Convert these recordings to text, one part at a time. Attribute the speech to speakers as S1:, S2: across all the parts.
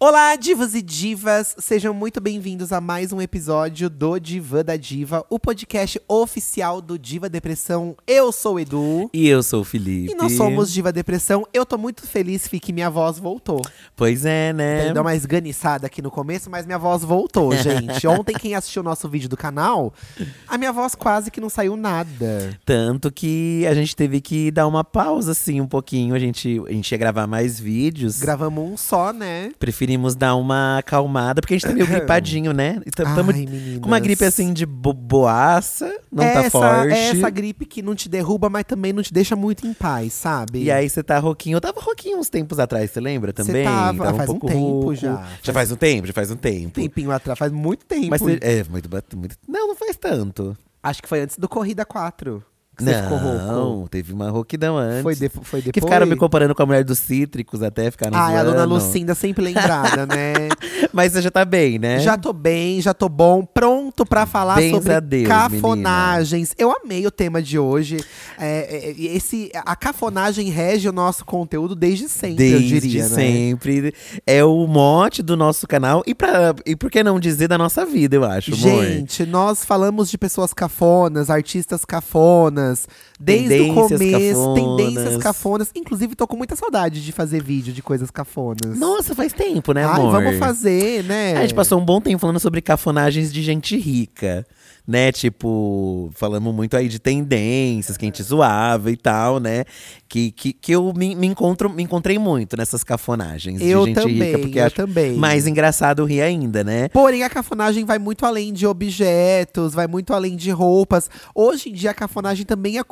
S1: Olá, divas e divas! Sejam muito bem-vindos a mais um episódio do Diva da Diva, o podcast oficial do Diva Depressão. Eu sou o Edu.
S2: E eu sou o Felipe.
S1: E nós somos Diva Depressão. Eu tô muito feliz, Fih, que minha voz voltou.
S2: Pois é,
S1: É.
S2: né?
S1: Deu uma esganiçada aqui no começo, mas minha voz voltou, gente. Ontem, quem assistiu o nosso vídeo do canal, a minha voz quase que não saiu nada.
S2: Tanto que a gente teve que dar uma pausa, assim, um pouquinho. A gente, a gente ia gravar mais vídeos.
S1: Gravamos um só, né?
S2: Preferimos dar uma acalmada, porque a gente tá meio gripadinho, né? Estamos
S1: Ai, meninas.
S2: com uma gripe, assim, de bo- boaça. Não
S1: é
S2: tá
S1: essa,
S2: forte.
S1: É essa gripe que não te derruba, mas também não te deixa muito em paz, sabe?
S2: E aí você tá roquinho. Eu tava roquinho uns tempos atrás, você lembra
S1: Você
S2: também?
S1: tava,
S2: Tava
S1: faz um
S2: pouco
S1: tempo
S2: rouco.
S1: já.
S2: Já faz um tempo, já faz um tempo.
S1: tempinho atrás, faz muito tempo.
S2: Mas você- é muito, ba- muito. Não, não faz tanto.
S1: Acho que foi antes do Corrida 4 que
S2: não,
S1: você ficou rouco.
S2: teve uma rouquidão antes.
S1: Foi, de, foi depois.
S2: Que ficaram me comparando com a mulher dos cítricos até ficaram
S1: Ah, é a dona
S2: zoando.
S1: Lucinda sempre lembrada, né?
S2: Mas você já tá bem, né?
S1: Já tô bem, já tô bom, pronto pra falar
S2: Bens
S1: sobre
S2: a Deus,
S1: cafonagens. Eu amei o tema de hoje. É, é, é, esse, a cafonagem rege o nosso conteúdo desde sempre,
S2: Desde
S1: eu diria, né?
S2: sempre. É o mote do nosso canal e, pra, e por que não dizer da nossa vida, eu acho, amor.
S1: Gente, nós falamos de pessoas cafonas, artistas cafonas, desde o
S2: Tendências
S1: começo,
S2: cafonas.
S1: tendências cafonas. Inclusive, tô com muita saudade de fazer vídeo de coisas cafonas.
S2: Nossa, faz tempo, né,
S1: Ai,
S2: amor?
S1: vamos fazer, né?
S2: A gente passou um bom tempo falando sobre cafonagens de gente rica, né? Tipo, falamos muito aí de tendências, que a gente zoava e tal, né? Que, que, que eu me, me encontro, me encontrei muito nessas cafonagens
S1: Eu
S2: de gente
S1: também,
S2: rica. Porque
S1: eu
S2: acho
S1: também.
S2: mais engraçado rir ainda, né?
S1: Porém, a cafonagem vai muito além de objetos, vai muito além de roupas. Hoje em dia, a cafonagem também é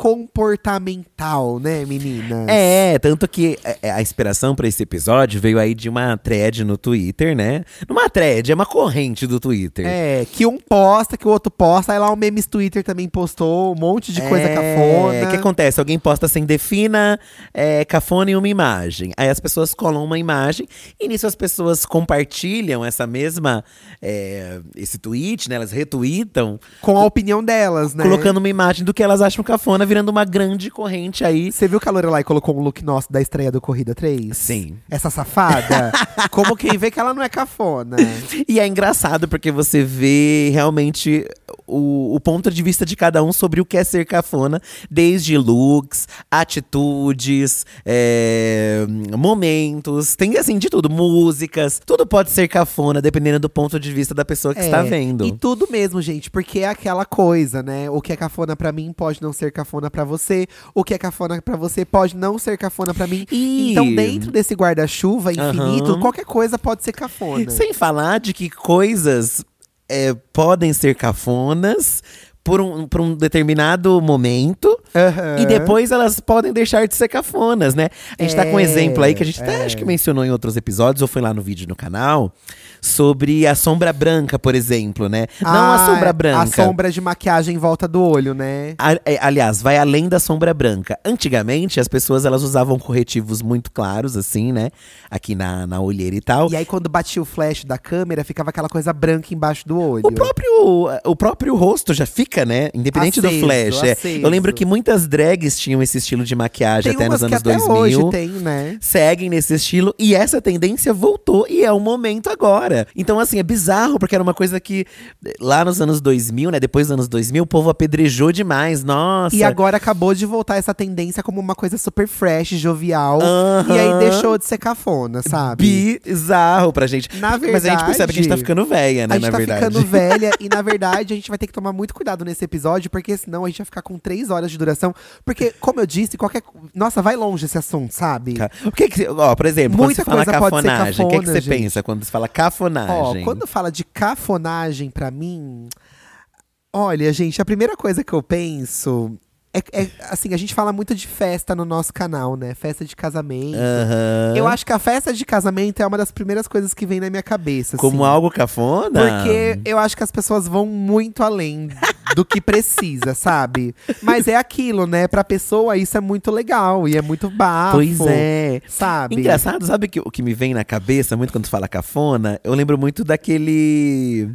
S1: comportamental, né, meninas?
S2: É, tanto que é, é, a inspiração pra esse episódio veio aí de uma thread no Twitter, né? Numa thread, é uma corrente do Twitter.
S1: É, que um posta, que o outro posta. Aí lá o Memes Twitter também postou um monte de coisa
S2: É, O
S1: cafona.
S2: que acontece? Alguém posta assim, defina é, cafona em uma imagem. Aí as pessoas colam uma imagem e nisso as pessoas compartilham essa mesma. é, esse tweet, né? Elas retweetam,
S1: Com a opinião delas, né?
S2: colocando uma imagem do que elas acham cafona, virando uma grande corrente aí.
S1: Você viu que a Lorelai colocou um look nosso da estreia do Corrida 3?
S2: Sim.
S1: Essa safada? Como quem vê que ela não é cafona.
S2: E é engraçado porque você vê realmente o, o ponto de vista de cada um sobre o que é ser cafona, desde looks, atitudes, é, momentos, tem assim de tudo, músicas, tudo pode ser cafona, dependendo do ponto de vista da pessoa que
S1: É,
S2: está
S1: E
S2: tá vendo.
S1: tudo mesmo, gente, porque é aquela coisa, né? O que é cafona pra mim pode não ser cafona pra você, o que é cafona pra você pode não ser cafona pra mim.
S2: E-
S1: Então, dentro desse guarda-chuva infinito,
S2: Aham.
S1: qualquer coisa pode ser cafona.
S2: Sem falar de que coisas é, podem ser cafonas por um, por um determinado momento.
S1: Aham.
S2: E depois elas podem deixar de ser cafonas, né? A gente tá com um
S1: É,
S2: exemplo aí que a gente até acho que mencionou em outros episódios, ou foi lá no vídeo no canal, sobre a sombra branca, por exemplo, né? Não a
S1: Ah,
S2: sombra branca.
S1: A sombra de maquiagem em volta do olho, né?
S2: A- é, Aliás, vai além da sombra branca. Antigamente, as pessoas elas usavam corretivos muito claros, assim, né? Aqui na, na olheira e tal.
S1: E aí, quando batia o flash da câmera, ficava aquela coisa branca embaixo do olho.
S2: O próprio, o próprio rosto já fica, né? Independente
S1: Aceso,
S2: do flash. é.
S1: aceso.
S2: Eu lembro que muitas drags tinham esse estilo de maquiagem
S1: Tem
S2: até
S1: umas
S2: nos
S1: é que
S2: anos
S1: até
S2: 2000.
S1: hoje tem, né?
S2: seguem nesse estilo e essa tendência voltou e é o momento agora. Então assim, é bizarro porque era uma coisa que eh, lá nos anos 2000, né, depois dos anos 2000, o povo apedrejou demais. Nossa.
S1: E agora acabou de voltar essa tendência como uma coisa super fresh, jovial.
S2: Aham.
S1: E aí deixou de ser cafona, sabe?
S2: bizarro pra gente.
S1: Na
S2: Mas a gente percebe que a gente tá
S1: verdade,
S2: ficando velha, né,
S1: a gente
S2: na
S1: tá
S2: verdade.
S1: ficando velha e, na verdade, a gente vai ter que tomar muito cuidado nesse episódio, porque senão a gente vai ficar com três horas de duração. Porque, como eu disse, qualquer. Nossa, vai longe esse assunto, sabe?
S2: O que é que, ó, por exemplo,
S1: Muita
S2: quando você
S1: coisa
S2: fala
S1: pode ser
S2: cafonagem, o que, que
S1: cafona,
S2: você
S1: gente.
S2: pensa quando se fala
S1: Ó,
S2: cafonagem?
S1: quando fala de cafonagem pra mim, olha, gente, a primeira coisa que eu penso é, é, assim, a gente fala muito de festa no nosso canal, né? Festa de casamento.
S2: Aham.
S1: Eu acho que a festa de casamento é uma das primeiras coisas que vem na minha cabeça.
S2: Como
S1: assim.
S2: algo cafona?
S1: Porque eu acho que as pessoas vão muito além do que precisa, sabe? Mas é aquilo, né? Pra pessoa isso é muito legal e é muito bafo.
S2: Pois é.
S1: Sabe?
S2: Engraçado, sabe que, o que me vem na cabeça muito quando fala cafona? Eu lembro muito daquele.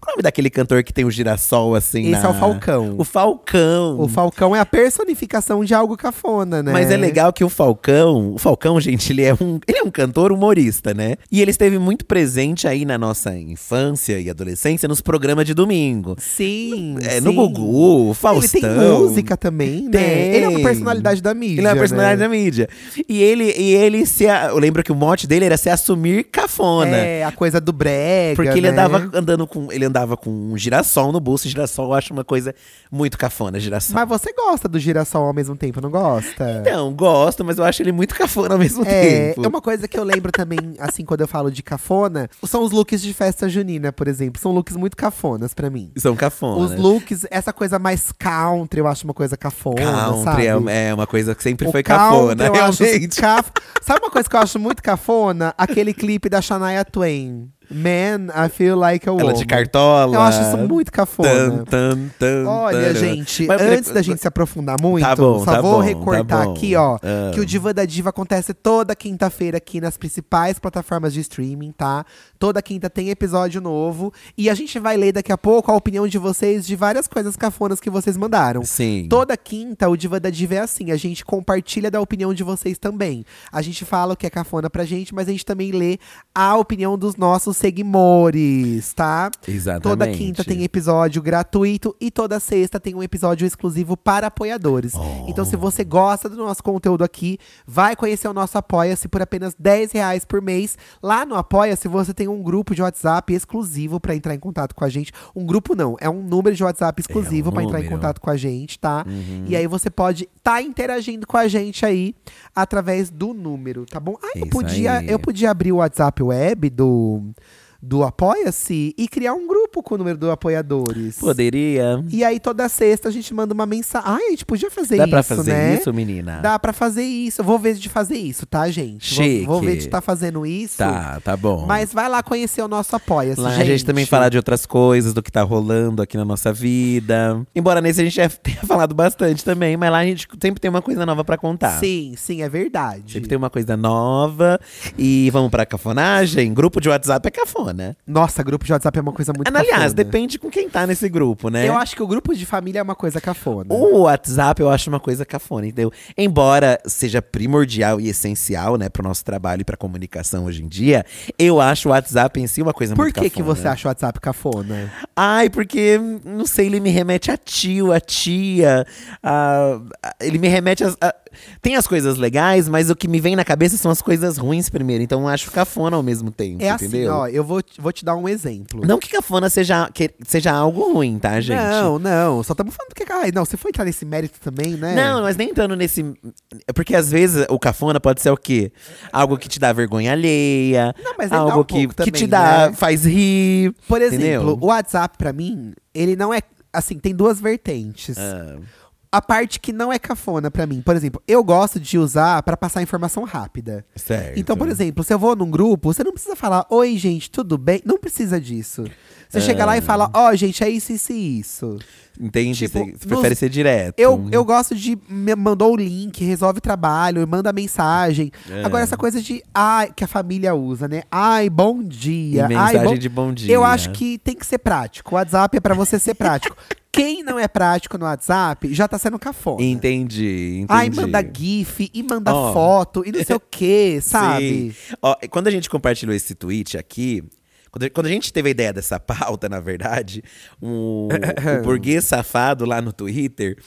S2: Qual é o nome daquele cantor que tem o girassol assim?
S1: Esse
S2: na-
S1: é o Falcão.
S2: O Falcão.
S1: O Falcão é a personificação de algo cafona, né?
S2: Mas é legal que o Falcão, o Falcão, gente, ele é um, ele é um cantor humorista, né? E ele esteve muito presente aí na nossa infância e adolescência nos programas de domingo.
S1: Sim.
S2: É, no
S1: sim.
S2: Gugu, Faustão.
S1: Ele tem música também, né?
S2: Tem.
S1: Ele é uma personalidade da mídia.
S2: Ele é uma personalidade
S1: né?
S2: da mídia. E ele, e ele se. a- Eu lembro que o mote dele era se assumir cafona.
S1: É, a coisa do brega,
S2: né? Porque ele
S1: né?
S2: andava andando com. Ele andava com um girassol no bolso. e Girassol eu acho uma coisa muito cafona, girassol.
S1: Mas você gosta do girassol ao mesmo tempo, não gosta?
S2: Então, gosto, mas eu acho ele muito cafona ao mesmo
S1: É,
S2: tempo.
S1: é uma coisa que eu lembro também, assim, quando eu falo de cafona, são os looks de festa junina, por exemplo. São looks muito cafonas pra mim.
S2: São cafona.
S1: Os looks, essa coisa mais country, eu acho uma coisa cafona, sabe?
S2: Country é, um- é uma coisa que sempre
S1: O
S2: foi
S1: country,
S2: cafona, É um
S1: eu acho
S2: realmente.
S1: caf- Sabe uma coisa que eu acho muito cafona? Aquele clipe da Shania Twain. Man, I feel like a woman.
S2: Ela de cartola.
S1: Eu acho isso muito cafona.
S2: Tan, tan, tan,
S1: Olha,
S2: tan.
S1: gente,
S2: Mas,
S1: antes
S2: peraí,
S1: da gente se aprofundar muito,
S2: Tá bom,
S1: só
S2: tá
S1: vou
S2: bom,
S1: recortar
S2: tá bom.
S1: aqui, ó,
S2: Ah.
S1: que o Diva da Diva acontece toda quinta-feira aqui nas principais plataformas de streaming, tá? Toda quinta tem episódio novo e a gente vai ler daqui a pouco a opinião de vocês de várias coisas cafonas que vocês mandaram.
S2: Sim.
S1: Toda quinta, o Diva da Diva é assim. A gente compartilha da opinião de vocês também. A gente fala o que é cafona pra gente, mas a gente também lê a opinião dos nossos seguidores, tá?
S2: Exatamente.
S1: Toda quinta tem episódio gratuito e toda sexta tem um episódio exclusivo para apoiadores.
S2: Oh.
S1: Então, se você gosta do nosso conteúdo aqui, vai conhecer o nosso Apoia-se por apenas R$ 10 reais por mês. Lá no Apoia-se você tem um grupo de WhatsApp exclusivo para entrar em contato com a gente. Um grupo não, é um número de WhatsApp exclusivo para entrar em
S2: É um número. Uhum.
S1: contato contato com a gente, tá? E aí você pode tá interagindo com a gente aí através do número, tá bom? Ah, eu
S2: Isso
S1: podia,
S2: aí.
S1: eu podia abrir o WhatsApp web do do Apoia-se e criar um grupo com o número do apoiadores.
S2: Poderia.
S1: E aí toda sexta a gente manda uma mensagem. Ai, a gente podia fazer
S2: Dá
S1: isso,
S2: pra fazer
S1: né?
S2: isso, menina?
S1: Dá pra fazer isso. Eu vou ver de fazer isso, tá, gente? Vou-
S2: Chique.
S1: Vou, ver de tá fazendo isso.
S2: Tá, tá bom.
S1: Mas vai lá conhecer o nosso Apoia-se,
S2: Lá a gente também fala de outras coisas, do que tá rolando aqui na nossa vida. Embora nesse a gente já tenha falado bastante também, mas lá a gente sempre tem uma coisa nova pra contar.
S1: Sim, sim, é verdade.
S2: tá. Sempre tem uma coisa nova. E vamos pra cafonagem? Grupo de WhatsApp é cafona.
S1: Nossa, grupo de WhatsApp é uma coisa muito
S2: Aliás,
S1: cafona.
S2: depende com quem tá nesse grupo, né?
S1: Eu acho que o grupo de família é uma coisa cafona.
S2: O WhatsApp eu acho uma coisa cafona, entendeu? Embora seja primordial e essencial, né, pro nosso trabalho e pra comunicação hoje em dia, eu acho o WhatsApp em si uma coisa
S1: Por
S2: muito
S1: que, que
S2: cafona.
S1: você acha o WhatsApp cafona?
S2: Ai, porque, não sei, ele me remete a tio, a tia. a- a- ele me remete a, a- Tem as coisas legais, mas o que me vem na cabeça são as coisas ruins primeiro. Então eu acho cafona ao mesmo tempo,
S1: É assim,
S2: entendeu?
S1: ó, eu vou, te- vou te dar um exemplo.
S2: Não que cafona seja, que seja algo ruim, tá, gente?
S1: Não, é. não, só estamos falando que. Ai, não, se for entrar nesse mérito também, né?
S2: Não, mas nem entrando nesse. é Porque às vezes o cafona pode ser o quê? Algo que te dá vergonha alheia.
S1: Não, mas nem dá
S2: algo
S1: um
S2: que,
S1: pouco
S2: que te
S1: também,
S2: dá.
S1: né?
S2: faz rir.
S1: Por
S2: Entendeu?
S1: exemplo, o WhatsApp, pra mim, ele não é. Assim, tem duas vertentes.
S2: Ah,
S1: A parte que não é cafona pra mim. Por exemplo, eu gosto de usar pra passar informação rápida.
S2: certo.
S1: Então, por exemplo, se eu vou num grupo, você não precisa falar, oi, gente, tudo bem? Não precisa disso.
S2: É.
S1: Você chega lá e fala, ó, gente, é isso, isso e isso.
S2: Entendi.
S1: tipo,
S2: você você prefere
S1: nos-
S2: ser direto.
S1: Eu, eu gosto de. Me mandou o link, resolve trabalho, manda mensagem.
S2: É.
S1: Agora, essa coisa de. Ai, que a família usa, né? Ai, bom
S2: E
S1: dia.
S2: mensagem
S1: ai, bom...
S2: de bom dia.
S1: Eu acho que tem que ser prático. O WhatsApp é pra você ser prático. Quem não é prático no WhatsApp já tá sendo cafona.
S2: Entendi, entendi.
S1: Ai, manda GIF e manda
S2: Ó.
S1: foto e não sei o quê, sabe?
S2: Sim. Ó, e quando a gente compartilhou esse tweet aqui, quando a- quando a gente teve a ideia dessa pauta, na verdade, o, o burguês safado lá no Twitter,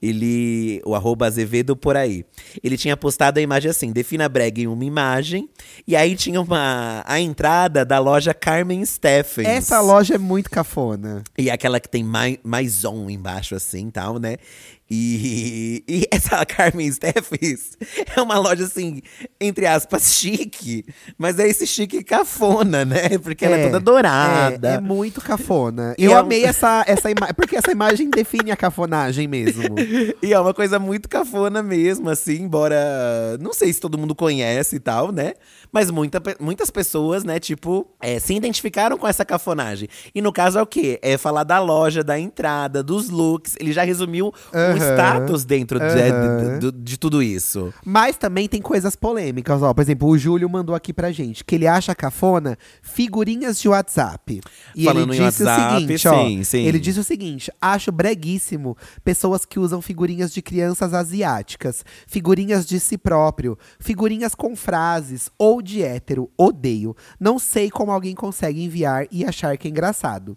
S2: ele. O arroba Azevedo por aí. Ele tinha postado a imagem assim: defina brega em uma imagem. E aí tinha uma, a entrada da loja Carmen Steffens.
S1: Essa loja é muito cafona.
S2: E é aquela que tem mais, mais on embaixo, assim, tal, né? E, e essa Carmen Steffes é uma loja, assim, entre aspas, chique. Mas é esse chique cafona, né? Porque ela é toda dourada.
S1: É, é muito cafona.
S2: E
S1: Eu
S2: é um-
S1: amei essa, essa imagem, porque essa imagem define a cafonagem mesmo.
S2: E é uma coisa muito cafona mesmo, assim, embora. Não sei se todo mundo conhece e tal, né? Mas muita, pe- muitas pessoas, né, tipo, é, se identificaram com essa cafonagem. E no caso é o quê? É falar da loja, da entrada, dos looks. Ele já resumiu um status dentro de-
S1: Aham.
S2: de- de- de tudo isso.
S1: Mas também tem coisas polêmicas, ó. Por exemplo, o Júlio mandou aqui pra gente que ele acha cafona figurinhas de WhatsApp. E
S2: Falando em
S1: ele disse
S2: WhatsApp,
S1: o seguinte, ó.
S2: sim, sim.
S1: Ele disse o seguinte: acho breguíssimo pessoas que usam figurinhas de crianças asiáticas, figurinhas de si próprio, figurinhas com frases ou de hétero. Odeio. Não sei como alguém consegue enviar e achar que é engraçado.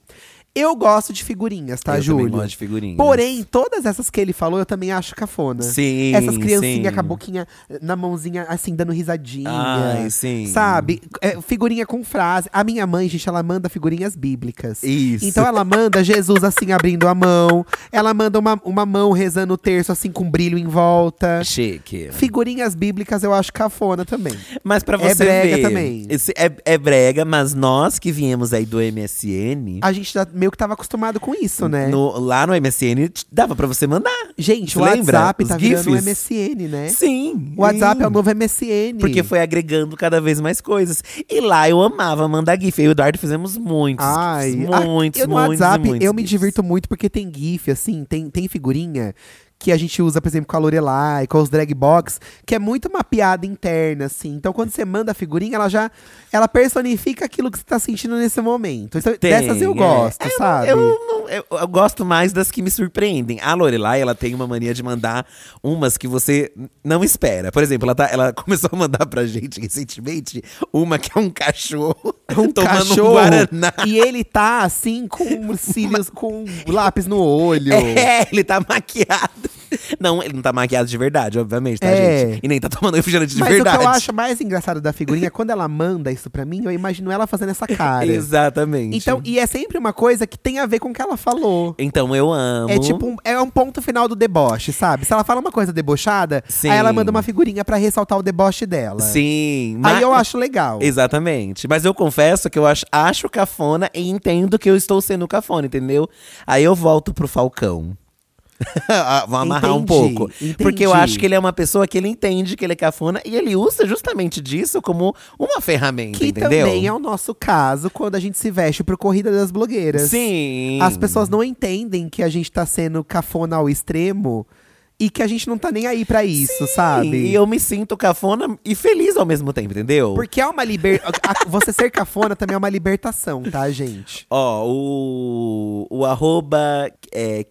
S1: Eu gosto de figurinhas, tá,
S2: eu
S1: Júlio?
S2: Também gosto de figurinhas.
S1: Porém, todas essas que ele falou, eu também acho cafona.
S2: sim,
S1: Essas criancinhas
S2: sim.
S1: com a boquinha na mãozinha, assim, dando risadinha.
S2: Ai, sim.
S1: Sabe? É, figurinha com frase. A minha mãe, gente, ela manda figurinhas bíblicas.
S2: Isso.
S1: Então ela manda Jesus assim abrindo a mão. Ela manda uma, uma mão rezando o terço assim com brilho em volta.
S2: Chique.
S1: Figurinhas bíblicas eu acho cafona também.
S2: Mas pra
S1: É
S2: você
S1: brega
S2: ver,
S1: também.
S2: esse é, é brega, mas nós que viemos aí do MSN,
S1: A gente já meio que tava acostumado com isso, né?
S2: no- lá no MSN t- dava pra você mandar.
S1: Gente, o
S2: Lembra?
S1: WhatsApp
S2: Os
S1: tá virando o
S2: gifs?
S1: MSN, né?
S2: Sim.
S1: O WhatsApp
S2: sim.
S1: é o novo MSN.
S2: Porque foi agregando cada vez mais coisas. E lá eu amava mandar GIF. Eu e o Eduardo fizemos muitos.
S1: Ai,
S2: GIFs,
S1: ah,
S2: muitos,
S1: eu no
S2: muitos, e
S1: WhatsApp
S2: muitos
S1: eu me
S2: GIFs.
S1: divirto muito porque tem GIF, assim, tem, tem figurinha que a gente usa, por exemplo, com a Lorelai, com os drag box, que é muito uma piada interna, assim. Então, quando você manda a figurinha, ela já ela personifica aquilo que você tá sentindo nesse momento. Então,
S2: Tem,
S1: dessas eu
S2: é.
S1: gosto,
S2: É, eu não-
S1: sabe?
S2: Eu, não- eu- eu gosto mais das que me surpreendem. A Lorelai, ela tem uma mania de mandar umas que você não espera. Por exemplo, ela, tá- ela começou a mandar pra gente recentemente uma que é um cachorro
S1: um
S2: tomando
S1: cachorro,
S2: um guaraná.
S1: E ele tá assim com os cílios, com um lápis no olho.
S2: É, ele tá maquiado. Não, ele não tá maquiado de verdade, obviamente, tá,
S1: É.
S2: gente? E nem tá tomando refrigerante de
S1: Mas
S2: verdade.
S1: o que eu acho mais engraçado da figurinha, é quando ela manda isso pra mim, eu imagino ela fazendo essa cara.
S2: Exatamente.
S1: Então, e é sempre uma coisa que tem a ver com o que ela falou.
S2: Então eu amo.
S1: É tipo um, é um ponto final do deboche, sabe? Se ela fala uma coisa debochada,
S2: Sim.
S1: aí ela manda uma figurinha pra ressaltar o deboche dela.
S2: Sim.
S1: Aí eu
S2: ma-
S1: acho legal.
S2: Exatamente. Mas eu confesso que eu acho, acho cafona e entendo que eu estou sendo cafona, entendeu? Aí eu volto pro Falcão. Ah, Vou amarrar um
S1: Entendi,
S2: pouco. Porque eu
S1: entendi.
S2: acho que ele é uma pessoa que ele entende que ele é cafona e ele usa justamente disso como uma ferramenta,
S1: que
S2: entendeu?
S1: também é o nosso caso quando a gente se veste pro Corrida das Blogueiras.
S2: Sim.
S1: As pessoas não entendem que a gente tá sendo cafona ao extremo e que a gente não tá nem aí pra isso, sabe?
S2: E eu me sinto cafona e feliz ao mesmo tempo, entendeu?
S1: Porque é uma libertação. Você ser cafona também é uma libertação, tá, gente?
S2: Ó, o, o arroba é,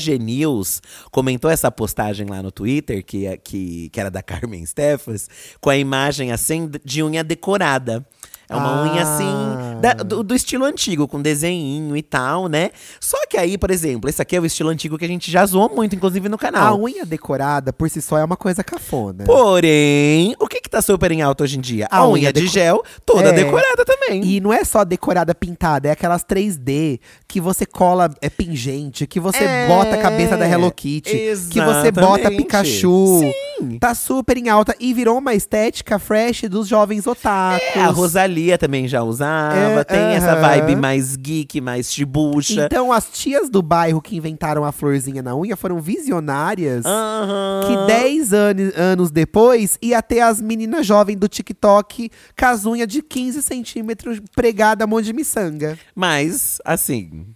S2: QOGNews comentou essa postagem lá no Twitter, que, é- que, que era da Carmen Steffas, com a imagem assim d- de unha decorada. É uma
S1: Ah.
S2: unha assim, da- do, do estilo antigo, com desenhinho e tal, né? Só que aí, por exemplo, esse aqui é o estilo antigo que a gente já zoou muito, inclusive no
S1: A
S2: canal.
S1: unha decorada por si só é uma coisa cafona.
S2: Porém, o que que tá super em alta hoje em dia? A,
S1: A
S2: unha,
S1: unha
S2: de
S1: deco-
S2: gel, toda
S1: É.
S2: decorada também.
S1: E não é só decorada pintada, é aquelas 3D que você cola é pingente, que você
S2: É,
S1: bota a cabeça da Hello Kitty, que você bota
S2: exatamente.
S1: Pikachu. Tá super em alta e virou uma estética fresh dos jovens otakus.
S2: É, a Rosalia também já usava.
S1: É,
S2: tem essa
S1: aham.
S2: vibe mais geek, mais chibucha.
S1: Então as tias do bairro que inventaram a florzinha na unha foram visionárias.
S2: Ah. Aham.
S1: Que 10 anos, anos depois ia ter as meninas jovens do TikTok com as unhas de 15 centímetros pregada a mão de miçanga.
S2: Mas, assim.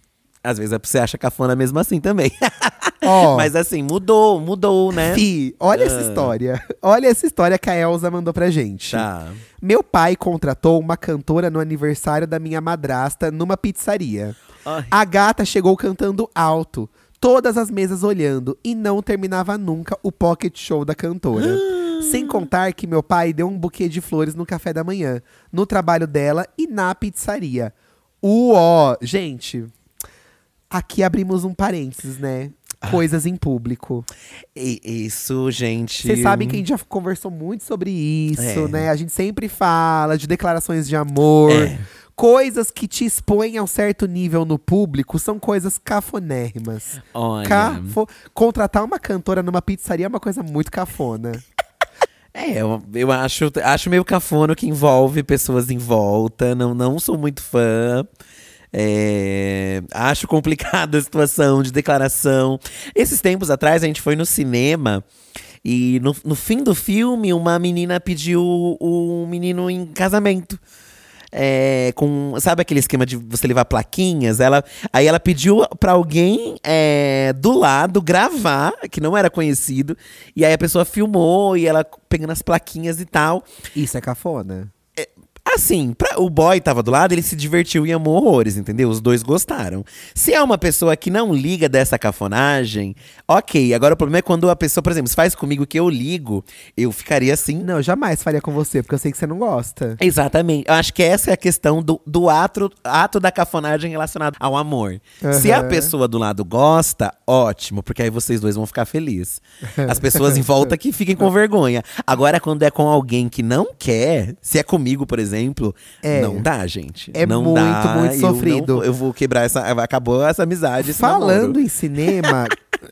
S2: Às vezes você acha cafona mesmo assim também.
S1: Ó.
S2: Mas assim, mudou, mudou, né?
S1: Fi, olha essa história. Olha essa história que a Elza mandou pra gente.
S2: Tá.
S1: Meu pai contratou uma cantora no aniversário da minha madrasta numa pizzaria.
S2: Ai.
S1: A gata chegou cantando alto, todas as mesas olhando, e não terminava nunca o pocket show da cantora.
S2: Ah.
S1: Sem contar que meu pai deu um buquê de flores no café da manhã, no trabalho dela e na pizzaria. Uó! Gente, aqui abrimos um parênteses, né?
S2: Ah.
S1: Coisas em público.
S2: E- isso, gente.
S1: Vocês sabem que a gente já conversou muito sobre isso,
S2: É.
S1: né? A gente sempre fala de declarações de amor.
S2: É.
S1: Coisas que te expõem a um certo nível no público são coisas cafonérrimas.
S2: Olha.
S1: Cafo... Contratar uma cantora numa pizzaria é uma coisa muito cafona.
S2: É, eu, eu acho, acho meio cafona o que envolve pessoas em volta. Não, não sou muito fã. É, acho complicada a situação de declaração. Esses tempos atrás, a gente foi no cinema. E no, no fim do filme, uma menina pediu um menino em casamento. é, com. Sabe aquele esquema de você levar plaquinhas? Ela, aí ela pediu pra alguém é, do lado gravar, que não era conhecido. E aí a pessoa filmou e ela pegando as plaquinhas e tal.
S1: Isso é cafona.
S2: Assim, pra- o boy tava do lado, ele se divertiu e amou horrores, entendeu? Os dois gostaram. Se é uma pessoa que não liga dessa cafonagem, ok. Agora o problema é quando a pessoa, por exemplo, se faz comigo que eu ligo, eu ficaria assim.
S1: Não, eu jamais faria com você, porque eu sei que você não
S2: É
S1: gosta.
S2: Exatamente. Eu acho que essa é a questão do, do ato, ato da cafonagem relacionado ao amor.
S1: Aham.
S2: Se a pessoa do lado gosta, ótimo, porque aí vocês dois vão ficar felizes. As pessoas em volta que fiquem com vergonha. Agora, quando é com alguém que não quer, se é comigo, por exemplo,
S1: É.
S2: não dá, gente.
S1: É
S2: não
S1: muito,
S2: dá.
S1: muito
S2: Eu não- Eu,
S1: sofrido.
S2: vou quebrar essa. Acabou essa amizade. esse
S1: Falando
S2: namoro.
S1: em cinema,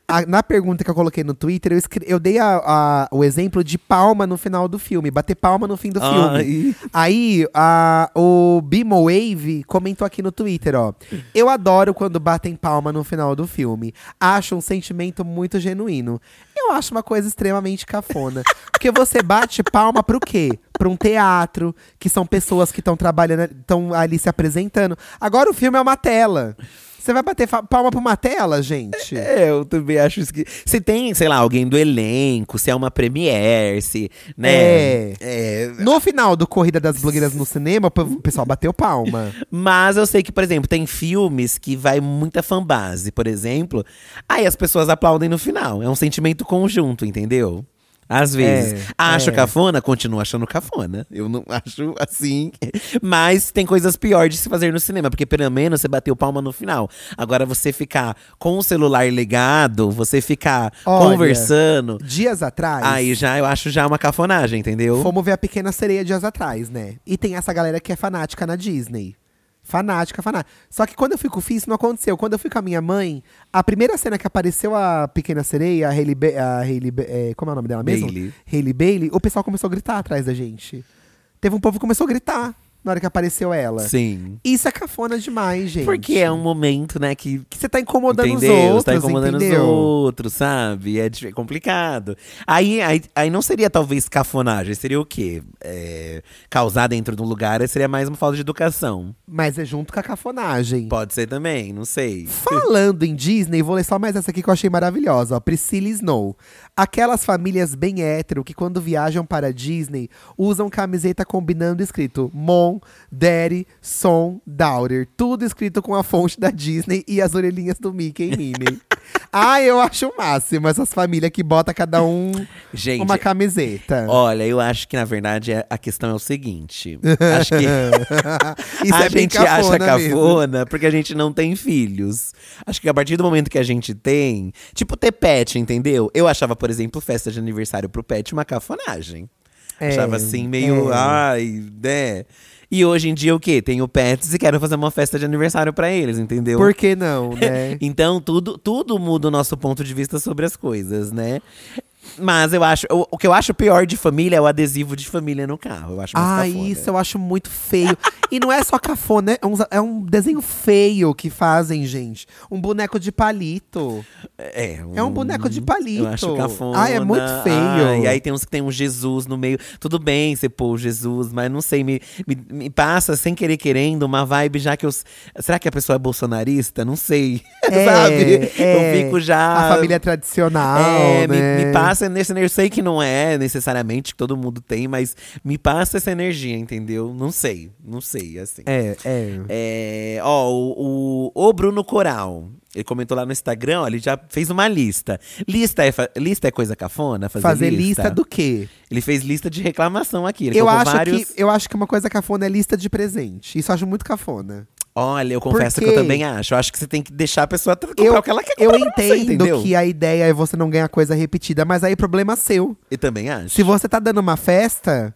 S1: a- na pergunta que eu coloquei no Twitter, eu, escre- eu dei a- a- o exemplo de palma no final do filme, bater palma no fim do
S2: Ah,
S1: filme.
S2: e-
S1: Aí, a- o Bimo Wave comentou aqui no Twitter, ó. Eu adoro quando batem palma no final do filme. Acho um sentimento muito genuíno. Eu acho uma coisa extremamente cafona. Porque você bate palma pro quê? Pra um teatro, que são pessoas que estão trabalhando, estão ali se apresentando. Agora o filme é uma tela. Você vai bater fa- palma pra uma tela, gente?
S2: É, eu também acho isso que. Se tem, sei lá, alguém do elenco, se é uma premiere, se. Né?
S1: É.
S2: É,
S1: No final do Corrida das Blogueiras no cinema, o pessoal bateu palma.
S2: Mas eu sei que, por exemplo, tem filmes que vai muita fanbase, por exemplo. Aí as pessoas aplaudem no final. É um sentimento conjunto, entendeu? Às vezes.
S1: É,
S2: acho
S1: é.
S2: cafona, continuo achando cafona. Eu não acho assim. Mas tem coisas piores de se fazer no cinema, porque pelo menos você bateu palma no final. Agora você ficar com o celular ligado, você ficar
S1: Olha.
S2: conversando.
S1: Dias atrás.
S2: Aí já eu acho já uma cafonagem, entendeu?
S1: Fomos ver a Pequena Sereia dias atrás, né? E tem essa galera que é fanática na Disney. Fanática, fanática. Só que quando eu fui com o Fih, isso não aconteceu. Quando eu fui com a minha mãe, a primeira cena que apareceu a Pequena Sereia, a Hailey, Ba- a Hailey Ba- é, como é o nome dela mesmo?
S2: Bailey.
S1: Hailey Bailey, o pessoal começou a gritar atrás da gente. Teve um povo que começou a gritar na hora que apareceu ela.
S2: Sim.
S1: Isso é cafona demais, gente.
S2: Porque é um momento, né, que
S1: Que você tá incomodando
S2: entendeu?
S1: os outros,
S2: Você tá incomodando
S1: entendeu?
S2: os outros, sabe? É dif- complicado. Aí, aí, aí não seria talvez cafonagem, seria o quê? É, causar dentro de um lugar aí seria mais uma falta de educação.
S1: Mas é junto com a cafonagem.
S2: Pode ser também, não sei.
S1: Falando em Disney, vou ler só mais essa aqui que eu achei maravilhosa, ó. Priscilla Snow. Aquelas famílias bem hétero que quando viajam para Disney usam camiseta combinando escrito Mom, Daddy, Son, Daughter. Tudo escrito com a fonte da Disney e as orelhinhas do Mickey e Minnie. ah, eu acho o máximo essas famílias que bota cada um
S2: Gente,
S1: uma camiseta.
S2: olha, eu acho que na verdade é- a questão é o seguinte. Acho que
S1: Isso
S2: a
S1: é bem
S2: gente acha
S1: cafona mesmo.
S2: cafona porque a gente não tem filhos. Acho que a partir do momento que a gente tem, tipo ter pet, entendeu? Eu achava, por exemplo, festa de aniversário pro pet uma cafonagem.
S1: É,
S2: Achava assim, meio,
S1: é.
S2: ai, né? E hoje em dia o quê? Tenho pets e quero fazer uma festa de aniversário pra eles, entendeu?
S1: Por que não, né?
S2: Então tudo, tudo muda o nosso ponto de vista sobre as coisas, né? Mas eu acho. O, o que eu acho pior de família é o adesivo de família no carro. Eu acho mais
S1: Ah,
S2: cafona.
S1: isso eu acho muito feio. e não é só cafona, é um, é um desenho feio que fazem, gente. Um boneco de palito.
S2: É,
S1: É um boneco de palito.
S2: Eu acho cafona.
S1: Ah, é muito feio.
S2: Ah, e aí tem uns que tem um Jesus no meio. Tudo bem você pôr o Jesus, mas não sei, me, me, me passa sem querer querendo uma vibe já que eu. Será que a pessoa é bolsonarista? Não sei.
S1: É,
S2: Sabe?
S1: é.
S2: eu fico já.
S1: A família tradicional,
S2: É, me-
S1: né?
S2: me, passa nesse. Eu sei que não é necessariamente que todo mundo tem, mas me passa essa energia, entendeu? Não sei, não sei, assim.
S1: É, é.
S2: É, ó, o, o, o Bruno Coral. Ele comentou lá no Instagram, ó, ele já fez uma lista. Lista é, fa- lista é coisa cafona? Fazer,
S1: Fazer lista do quê?
S2: Ele fez lista de reclamação aqui. Ele
S1: Eu
S2: colocou
S1: acho,
S2: vários...
S1: que, eu acho que uma coisa cafona é lista de presente. Isso eu acho muito cafona.
S2: Olha, eu confesso que eu
S1: quê?
S2: também acho. Eu acho que você tem que deixar a pessoa tra- comprar
S1: Eu,
S2: o que ela quer
S1: eu
S2: comprar pra você,
S1: entendo
S2: entendeu?
S1: que a ideia é você não ganhar coisa repetida, mas aí problema é seu.
S2: Eu também acho.
S1: Se você tá dando uma festa,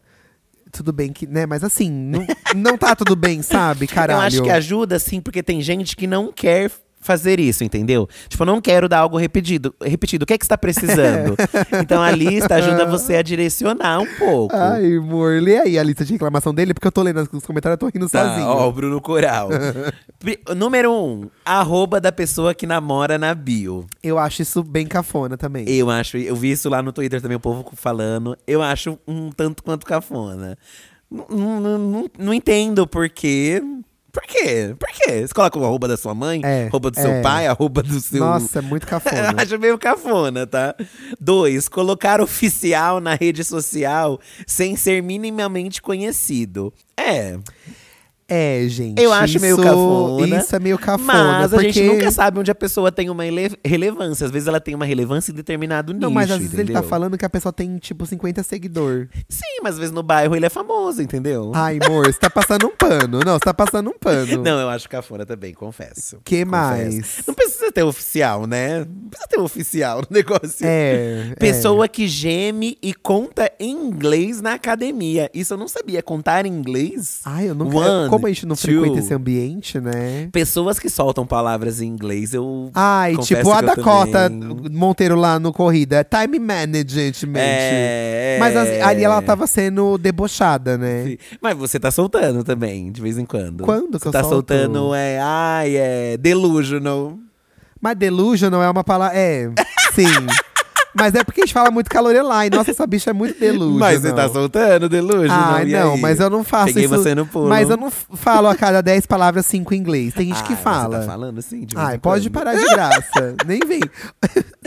S1: tudo bem que, né? Mas assim, não, não tá tudo bem, sabe? Caralho.
S2: Eu acho que é ajuda, sim, porque tem gente que não quer fazer isso, entendeu? Tipo, eu não quero dar algo repetido. Repetido, o que é que você tá precisando? então a lista ajuda você a direcionar um pouco.
S1: Ai, amor, lê aí a lista de reclamação dele, porque eu tô lendo os comentários, eu tô rindo
S2: Tá,
S1: sozinho.
S2: Ó, o Bruno Coral. Pri- Número um, arroba da pessoa que namora na bio.
S1: Eu acho isso bem cafona também.
S2: Eu acho, eu vi isso lá no Twitter também, o povo falando. Eu acho um tanto quanto cafona. Não, não, não, não entendo por quê. Por quê? Por quê? Você coloca o arroba da sua mãe,
S1: É,
S2: arroba do
S1: é.
S2: seu pai, arroba do seu.
S1: Nossa, é muito cafona.
S2: Acho meio cafona, tá? Dois, colocar oficial na rede social sem ser minimamente conhecido. É,
S1: É, gente.
S2: eu acho meio
S1: isso-
S2: cafona.
S1: Isso é meio cafona.
S2: Mas
S1: porque...
S2: a gente nunca sabe onde a pessoa tem uma ele- relevância. Às vezes ela tem uma relevância em determinado nicho,
S1: Não, mas às vezes ele tá
S2: entendeu?
S1: falando que a pessoa tem, tipo, 50 seguidor.
S2: Sim, mas às vezes no bairro ele é famoso, entendeu?
S1: Ai, amor, você tá passando um pano. Não, você tá passando um pano.
S2: Não, eu acho cafona também, confesso.
S1: Que
S2: Confesso.
S1: mais?
S2: Não precisa ter oficial, né? Não precisa ter oficial no negócio.
S1: É.
S2: Pessoa que geme e conta em inglês na academia. Isso eu não sabia. Contar em inglês?
S1: É. Ai, eu nunca.
S2: One,
S1: como a gente não
S2: two.
S1: frequenta esse ambiente, né?
S2: Pessoas que soltam palavras em inglês, eu.
S1: Ai,
S2: Confesso
S1: tipo a
S2: que eu
S1: Dakota
S2: também.
S1: Monteiro lá no Corrida. Time management.
S2: É,
S1: Mas as- ali ela tava sendo debochada, né?
S2: Mas você tá soltando também, de vez em quando.
S1: Quando que
S2: você
S1: eu
S2: tá
S1: solto?
S2: soltando, é. Ai, é. Delusional.
S1: Mas delusional é uma palavra. É, sim. Mas é porque a gente fala muito caloreline. Nossa, essa bicha é muito delusional.
S2: Mas você tá soltando, delusional.
S1: Ai,
S2: e
S1: não,
S2: aí?
S1: mas eu não faço
S2: Peguei
S1: isso.
S2: você no pulo.
S1: Mas eu não f- falo a cada 10 palavras 5 em inglês. Tem gente
S2: Ai,
S1: que
S2: mas
S1: fala.
S2: Você tá falando assim, de vez
S1: Ai,
S2: em
S1: pode
S2: quando?
S1: parar de graça. Nem vem.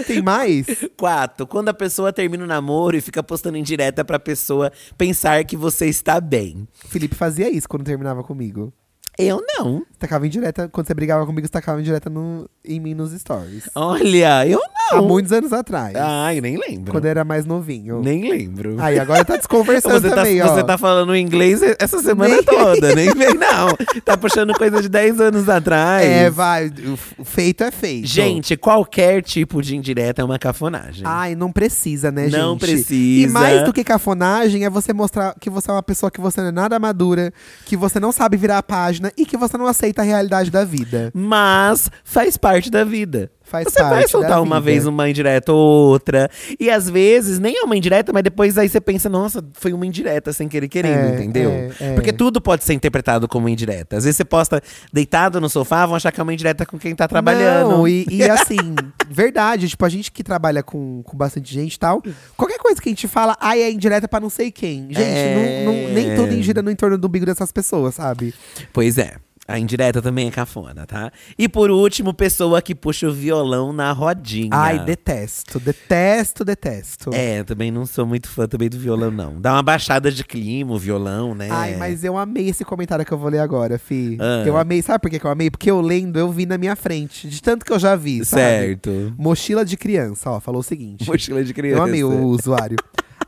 S1: Tem mais?
S2: Quatro, quando a pessoa termina o namoro e fica postando em direta pra pessoa pensar que você está bem.
S1: Felipe fazia isso quando terminava comigo.
S2: Eu não.
S1: Tacava indireta. Quando você brigava comigo, você tacava indireta no, em mim nos stories.
S2: Olha, eu não.
S1: Há muitos anos atrás.
S2: Ai, nem lembro.
S1: Quando eu era mais novinho.
S2: Nem lembro.
S1: Aí agora tá desconversando
S2: você, tá,
S1: também, ó.
S2: você tá falando inglês essa semana
S1: Nem-
S2: toda, nem vem, não. Tá puxando coisa de 10 anos atrás.
S1: É, vai. o f- O feito é feito.
S2: Gente, qualquer tipo de indireta é uma cafonagem.
S1: Ai, não precisa, né, gente?
S2: Não
S1: E
S2: precisa.
S1: mais do que cafonagem é você mostrar que você é uma pessoa que você não é nada madura, que você não sabe virar a página e que você não aceita a realidade da vida.
S2: Mas faz parte da vida.
S1: Faz
S2: você
S1: parte
S2: vai
S1: da
S2: soltar uma
S1: vida.
S2: vez uma indireta ou outra. E às vezes nem é uma indireta, mas depois aí você pensa, nossa, foi uma indireta sem querer querendo,
S1: É,
S2: entendeu?
S1: é, é.
S2: Porque tudo pode ser interpretado como indireta. Às vezes você posta deitado no sofá, vão achar que é uma indireta com quem tá trabalhando.
S1: Não, e, e assim, verdade, tipo, a gente que trabalha com, com bastante gente e tal, qualquer coisa que a gente fala, ai, é indireta pra não sei quem. Gente,
S2: É.
S1: não- não- nem tudo gira no entorno do umbigo dessas pessoas, sabe?
S2: Pois é. A indireta também é cafona, tá? E por último, pessoa que puxa o violão na rodinha.
S1: Ai, detesto, detesto, detesto.
S2: É, também não sou muito fã também do violão, não. Dá uma baixada de clima, o violão, né?
S1: Ai, mas eu amei esse comentário que eu vou ler agora, Fi.
S2: Ah.
S1: Eu amei, sabe por que que eu amei? Porque eu lendo, eu vi na minha frente, de tanto que eu já vi, sabe?
S2: Certo.
S1: Mochila de criança, ó, falou o seguinte.
S2: Mochila de criança.
S1: Eu amei o usuário.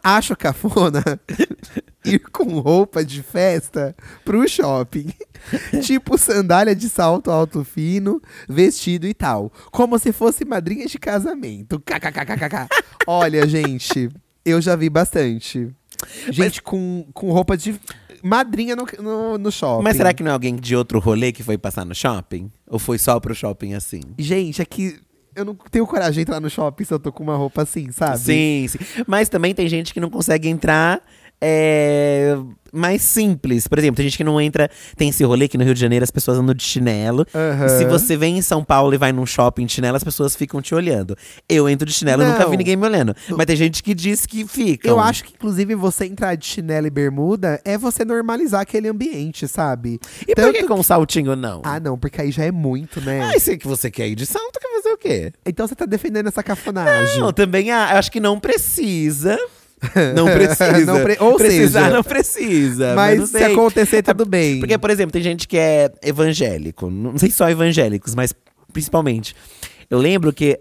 S1: Acho cafona ir com roupa de festa pro shopping. tipo sandália de salto alto fino, vestido e tal. Como se fosse madrinha de casamento. KKKKK. Olha, gente, eu já vi bastante. Gente com, com roupa de madrinha no, no, no shopping.
S2: Mas será que não é alguém de outro rolê que foi passar no shopping? Ou foi só pro shopping assim?
S1: Gente, é que eu não tenho coragem de entrar no shopping se eu tô com uma roupa assim, sabe?
S2: Sim, sim. Mas também tem gente que não consegue entrar é, mais simples. Por exemplo, tem gente que não entra. Tem esse rolê que no Rio de Janeiro as pessoas andam de chinelo.
S1: Aham.
S2: Se você vem em São Paulo e vai num shopping de chinelo, as pessoas ficam te olhando. Eu entro de chinelo, eu nunca
S1: Não.
S2: vi ninguém me olhando. Mas tem gente que diz que fica.
S1: Eu acho que, inclusive, você entrar de chinelo e bermuda é você normalizar aquele ambiente, sabe?
S2: E por
S1: Tanto
S2: que com um saltinho não?
S1: Ah, não, porque aí já é muito, né?
S2: Ah, se que você quer ir de salto, quer fazer o quê?
S1: Então você tá defendendo essa cafonagem.
S2: Não, também ah, eu acho que não precisa. Não precisa.
S1: Não pre- ou
S2: Precisar
S1: seja,
S2: não precisa.
S1: mas
S2: tá, não
S1: se
S2: sei. É
S1: acontecer, tudo bem.
S2: Porque, por exemplo, tem gente que é evangélico. Não sei só evangélicos, mas principalmente. Eu lembro que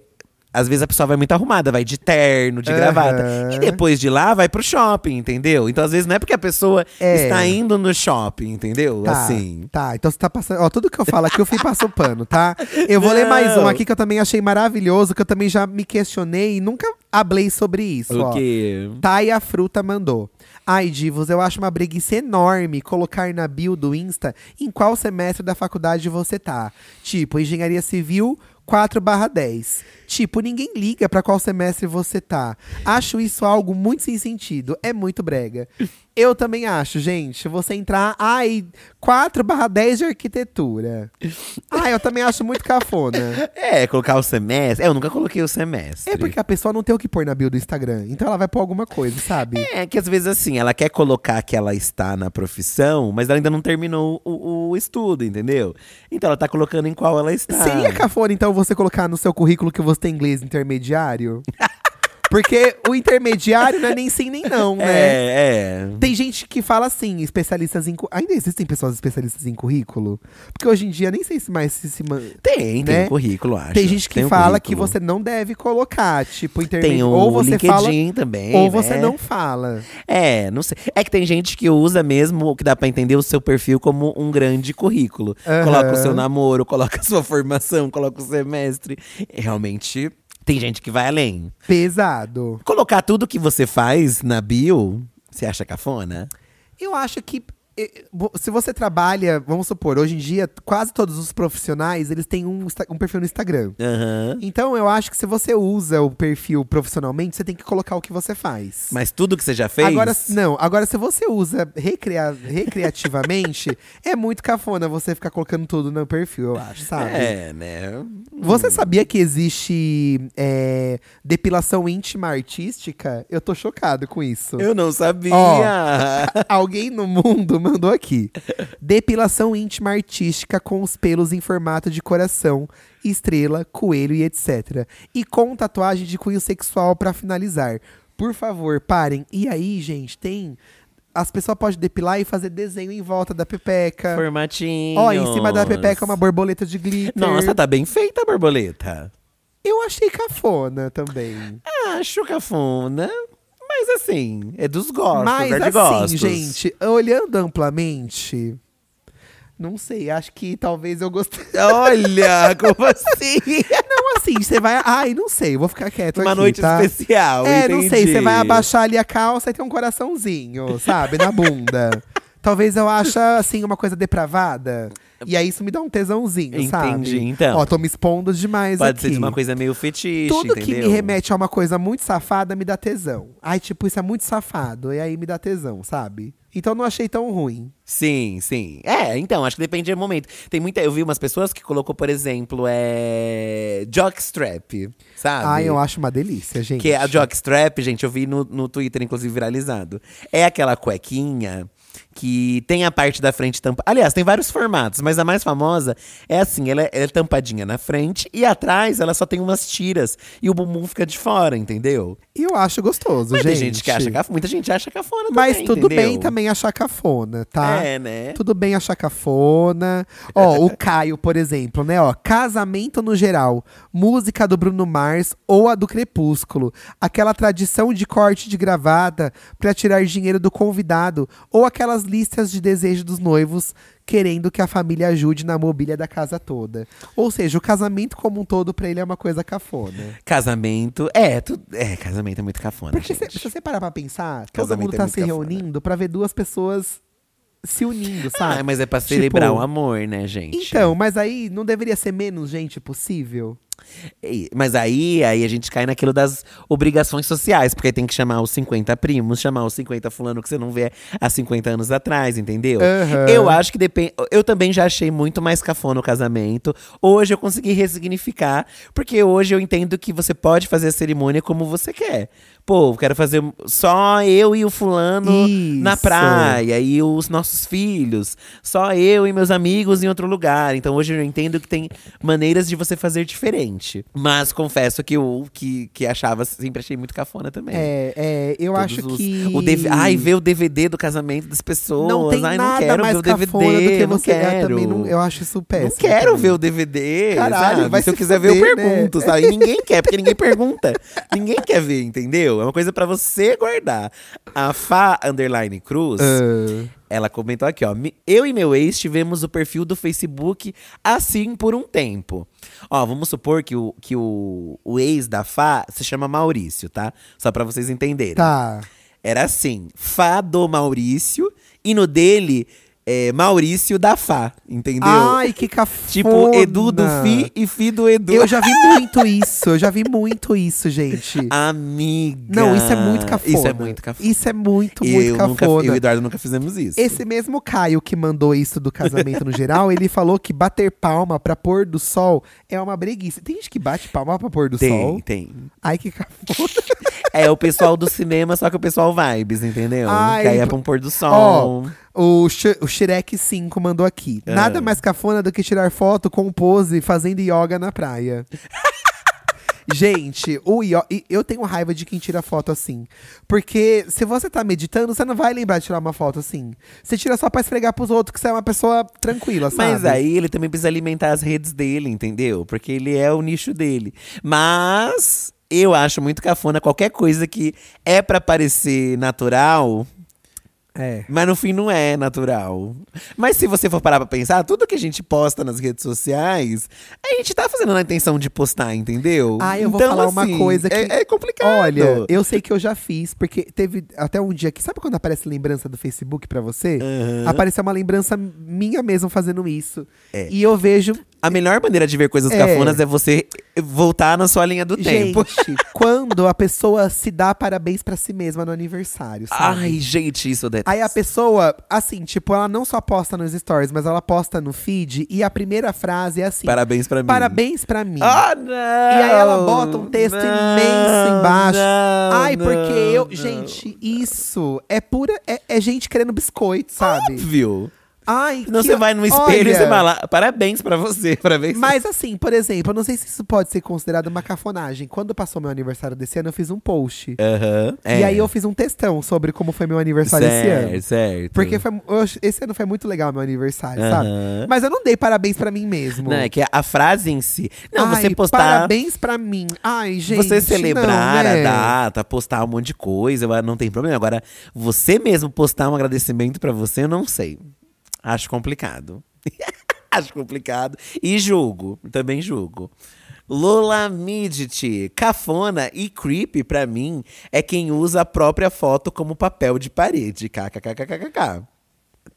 S2: às vezes a pessoa vai muito arrumada, vai de terno, de
S1: Aham.
S2: gravata. E depois de lá vai pro shopping, entendeu? Então, às vezes, não é porque a pessoa
S1: É.
S2: está indo no shopping, entendeu?
S1: Tá,
S2: Assim.
S1: tá, então você tá passando. Ó, tudo que eu falo aqui, eu fui passo pano, tá? Eu vou ler mais um
S2: Não.
S1: aqui que eu também achei maravilhoso, que eu também já me questionei e nunca hablei sobre isso.
S2: O
S1: ó.
S2: quê?
S1: Thay a Fruta mandou. Ai, Divos, eu acho uma preguiça enorme colocar na bio do Insta em qual semestre da faculdade você tá. Tipo, Engenharia Civil 4 10. Tipo, ninguém liga pra qual semestre você tá. Acho isso algo muito sem sentido. É muito brega. Eu também acho, gente. Você entrar. Ai, 4 barra 10 de arquitetura. Ai, eu também acho muito cafona.
S2: É, colocar o semestre. É, eu nunca coloquei o semestre.
S1: É porque a pessoa não tem o que pôr na bio do Instagram. Então ela vai pôr alguma coisa, sabe?
S2: É, que às vezes assim, ela quer colocar que ela está na profissão, mas ela ainda não terminou o, o estudo, entendeu? Então ela tá colocando em qual ela está.
S1: Seria cafona, então, você colocar no seu currículo que você tem inglês intermediário? Porque o intermediário não é nem sim nem não, né?
S2: É, é.
S1: Tem gente que fala assim, especialistas em. cu- Ainda existem pessoas especialistas em currículo? Porque hoje em dia nem sei se mais se. se man-
S2: Tem, tem
S1: Né?
S2: um currículo, acho.
S1: Tem gente que
S2: um
S1: fala que
S2: currículo.
S1: você não deve colocar, tipo,
S2: Tem
S1: intermediário.
S2: o
S1: ou você
S2: LinkedIn
S1: fala.
S2: também.
S1: Ou você
S2: né?
S1: não fala.
S2: É, não sei. É que tem gente que usa mesmo, o que dá pra entender, o seu perfil como um grande currículo.
S1: Aham.
S2: Coloca o seu namoro, coloca a sua formação, coloca o semestre. Realmente, tem gente que vai além.
S1: Pesado.
S2: Colocar tudo que você faz na bio, você acha cafona?
S1: Eu acho que eh, vo- se você trabalha, vamos supor, hoje em dia quase todos os profissionais eles têm um, Insta- um perfil no Instagram.
S2: Aham.
S1: Então eu acho que se você usa o perfil profissionalmente, você tem que colocar o que você faz.
S2: Mas tudo que você já fez.
S1: Agora, não, agora se você usa recrea- recreativamente, é muito cafona você ficar colocando tudo no perfil, eu acho, sabe?
S2: É, né?
S1: Você sabia que existe é, depilação íntima artística? Eu tô chocado com isso.
S2: Eu não sabia.
S1: Alguém no mundo mandou aqui. Depilação íntima artística com os pelos em formato de coração, estrela, coelho e etc. E com tatuagem de cunho sexual pra finalizar. Por favor, parem. E aí, gente, tem. As pessoas podem depilar e fazer desenho em volta da pepeca.
S2: Formatinho.
S1: Ó, em cima da pepeca uma borboleta de glitter.
S2: Nossa, tá bem feita a borboleta.
S1: Eu achei cafona também.
S2: Acho cafona. Mas assim, é dos gostos,
S1: Mas
S2: é de
S1: assim,
S2: gostos.
S1: gente, olhando amplamente, não sei, acho que talvez eu gostei.
S2: Olha, como assim?
S1: Não assim, você vai, ai, não sei, eu vou ficar quieto
S2: Uma
S1: aqui,
S2: noite
S1: tá?
S2: especial,
S1: É, não sei,
S2: entendi.
S1: você vai abaixar ali a calça e tem um coraçãozinho, sabe, na bunda. talvez eu ache assim uma coisa depravada. E aí isso me dá um tesãozinho, sabe?
S2: Entendi, então.
S1: Ó, tô me expondo demais
S2: Pode
S1: aqui.
S2: ser de uma coisa meio fetiche,
S1: Tudo
S2: entendeu?
S1: que me remete a uma coisa muito safada me dá tesão. Ai, tipo, isso é muito safado. E aí me dá tesão, sabe? Então não achei tão ruim.
S2: Sim, sim. É, então, acho que depende do momento. Tem muita, eu vi umas pessoas que colocou, por exemplo, é jockstrap, sabe?
S1: Ai, Ah, eu acho uma delícia, gente.
S2: Ah, Que é a jockstrap, gente, eu vi no, no Twitter, inclusive, viralizado. É aquela cuequinha que tem a parte da frente tampada. Aliás, tem vários formatos, mas a mais famosa é assim: ela é, ela é tampadinha na frente e atrás ela só tem umas tiras e o bumbum fica de fora, entendeu?
S1: Eu acho gostoso,
S2: Mas
S1: gente.
S2: tem gente que acha cafona, muita gente acha cafona
S1: Mas
S2: também.
S1: tudo
S2: entendeu?
S1: bem também achar cafona, tá?
S2: É, né?
S1: Tudo bem achar cafona. Ó, o Caio, por exemplo, né? Ó, casamento no geral, música do Bruno Mars ou a do Crepúsculo. Aquela tradição de corte de gravata pra tirar dinheiro do convidado. Ou aquelas listas de desejo dos noivos querendo que a família ajude na mobília da casa toda. Ou seja, o casamento como um todo pra ele é uma coisa cafona.
S2: Casamento. É, tu, é, casamento é muito cafona.
S1: Porque se,
S2: gente.
S1: se você parar pra pensar, todo
S2: Casamento
S1: mundo
S2: é
S1: tá
S2: muito
S1: se
S2: cafona.
S1: reunindo pra ver duas pessoas se unindo, sabe?
S2: Ah, mas é pra
S1: Tipo,
S2: celebrar o amor, né, gente?
S1: Então, mas aí não deveria ser menos gente possível?
S2: E- Mas aí, aí a gente cai naquilo das obrigações sociais, porque tem que chamar os 50 primos, chamar os 50 fulano que você não vê há 50 anos atrás, entendeu?
S1: Aham.
S2: Eu acho que depende. Eu também já achei muito mais cafona o casamento. Hoje eu consegui ressignificar, porque hoje eu entendo que você pode fazer a cerimônia como você quer. Pô, eu quero fazer só eu e o fulano na
S1: Isso.
S2: praia, e os nossos filhos, só eu e meus amigos em outro lugar. Então hoje eu entendo que tem maneiras de você fazer diferente. Mas confesso que eu que, que achava, sempre achei muito cafona também.
S1: É, é eu
S2: Todos
S1: acho
S2: os-
S1: que.
S2: O DV ai, ver o DVD do casamento das pessoas.
S1: não tem
S2: ai,
S1: nada
S2: não quero
S1: mais
S2: ver o DVD.
S1: cafona do que
S2: não
S1: você é,
S2: quero.
S1: também. não- eu acho isso
S2: Não
S1: péssimo.
S2: quero
S1: também.
S2: ver o DVD.
S1: Caralho,
S2: sabe?
S1: vai
S2: Se eu
S1: se
S2: quiser ver, eu
S1: fuder, né?
S2: pergunto, sabe? E ninguém quer, porque ninguém pergunta. ninguém quer ver, entendeu? É uma coisa pra você guardar. A Fá Underline
S1: Ah,
S2: Cruz, ela comentou aqui, ó. "Me- Eu e meu ex tivemos o perfil do Facebook assim por um tempo. Ó, vamos supor que o, que o, o ex da Fá se chama Maurício, tá? Só pra vocês entenderem.
S1: Tá.
S2: Era assim, Fá do Maurício, e no dele é, Maurício da Fá, entendeu?
S1: Ai, que cafona.
S2: Tipo, Edu do Fi e Fi do Edu.
S1: Eu já vi muito isso, eu já vi muito isso, gente.
S2: Amiga.
S1: Não, isso é muito cafona.
S2: Ah, Isso é muito cafona.
S1: Isso é muito,
S2: E
S1: muito
S2: eu nunca-
S1: cafona.
S2: eu e o Eduardo nunca fizemos isso.
S1: Esse mesmo Caio que mandou isso do casamento no geral, ele falou que bater palma pra pôr do sol é uma breguice. Tem gente que bate palma pra pôr do
S2: tem,
S1: sol?
S2: tem.
S1: Ai, que cafona.
S2: É o pessoal do cinema, só que o pessoal vibes, entendeu?
S1: Ai,
S2: que aí é
S1: pro-
S2: pra um pôr do
S1: Ó,
S2: sol.
S1: o, Sh o Shrek 5 mandou aqui.
S2: Ah.
S1: Nada mais cafona do que tirar foto com pose fazendo yoga na praia. Gente, o io- e eu tenho raiva de quem tira foto assim. Porque se você tá meditando, você não vai lembrar de tirar uma foto assim. Você tira só pra esfregar pros outros que você é uma pessoa tranquila, sabe?
S2: Mas aí ele também precisa alimentar as redes dele, entendeu? Porque ele é o nicho dele. Mas eu acho muito cafona qualquer coisa que é pra parecer natural,
S1: É.
S2: mas no fim não é natural. Mas se você for parar pra pensar, tudo que a gente posta nas redes sociais, a gente tá fazendo na intenção de postar, entendeu? Então,
S1: Ah, eu vou falar uma coisa que-
S2: É, é complicado.
S1: Olha, eu sei que eu já fiz, porque teve até um dia que. Sabe quando aparece lembrança do Facebook pra você? Apareceu uma lembrança minha mesmo fazendo isso.
S2: É.
S1: E eu vejo.
S2: A melhor maneira de ver coisas
S1: É.
S2: cafonas é você voltar na sua linha do tempo.
S1: Gente, quando a pessoa se dá parabéns pra si mesma no aniversário, sabe?
S2: Ai, gente, isso deve.
S1: Aí a pessoa, assim, tipo, ela não só posta nos stories, mas ela posta no feed e a primeira frase é assim:
S2: Parabéns pra mim.
S1: Parabéns pra mim.
S2: Ah, não! E
S1: aí ela bota um texto imenso embaixo. Ai, porque eu. Gente, isso é pura. É, é gente querendo biscoito, sabe?
S2: Viu?
S1: Ai,
S2: Não,
S1: que-
S2: você vai no espelho e
S1: olha,
S2: você fala, parabéns pra você, parabéns.
S1: Mas assim, por exemplo, eu não sei se isso pode ser considerado uma cafonagem. Quando passou meu aniversário desse ano, eu fiz um post.
S2: Aham, é.
S1: E aí eu fiz um textão sobre como foi meu aniversário
S2: certo,
S1: esse ano.
S2: certo.
S1: Porque foi- eu ach- esse ano foi muito legal meu aniversário,
S2: Aham.
S1: sabe? Mas eu não dei parabéns pra mim mesmo.
S2: Não, é que a frase em si. Não,
S1: Ai,
S2: você postar.
S1: Parabéns pra mim. Ai, gente.
S2: você celebrar
S1: não, né?
S2: a data, postar um monte de coisa, eu- não tem problema. Agora, você mesmo postar um agradecimento pra você, eu não sei. Acho complicado. Acho complicado. E julgo, também julgo. Lola Midit, cafona e creepy pra mim é quem usa a própria foto como papel de parede. KKKKKK.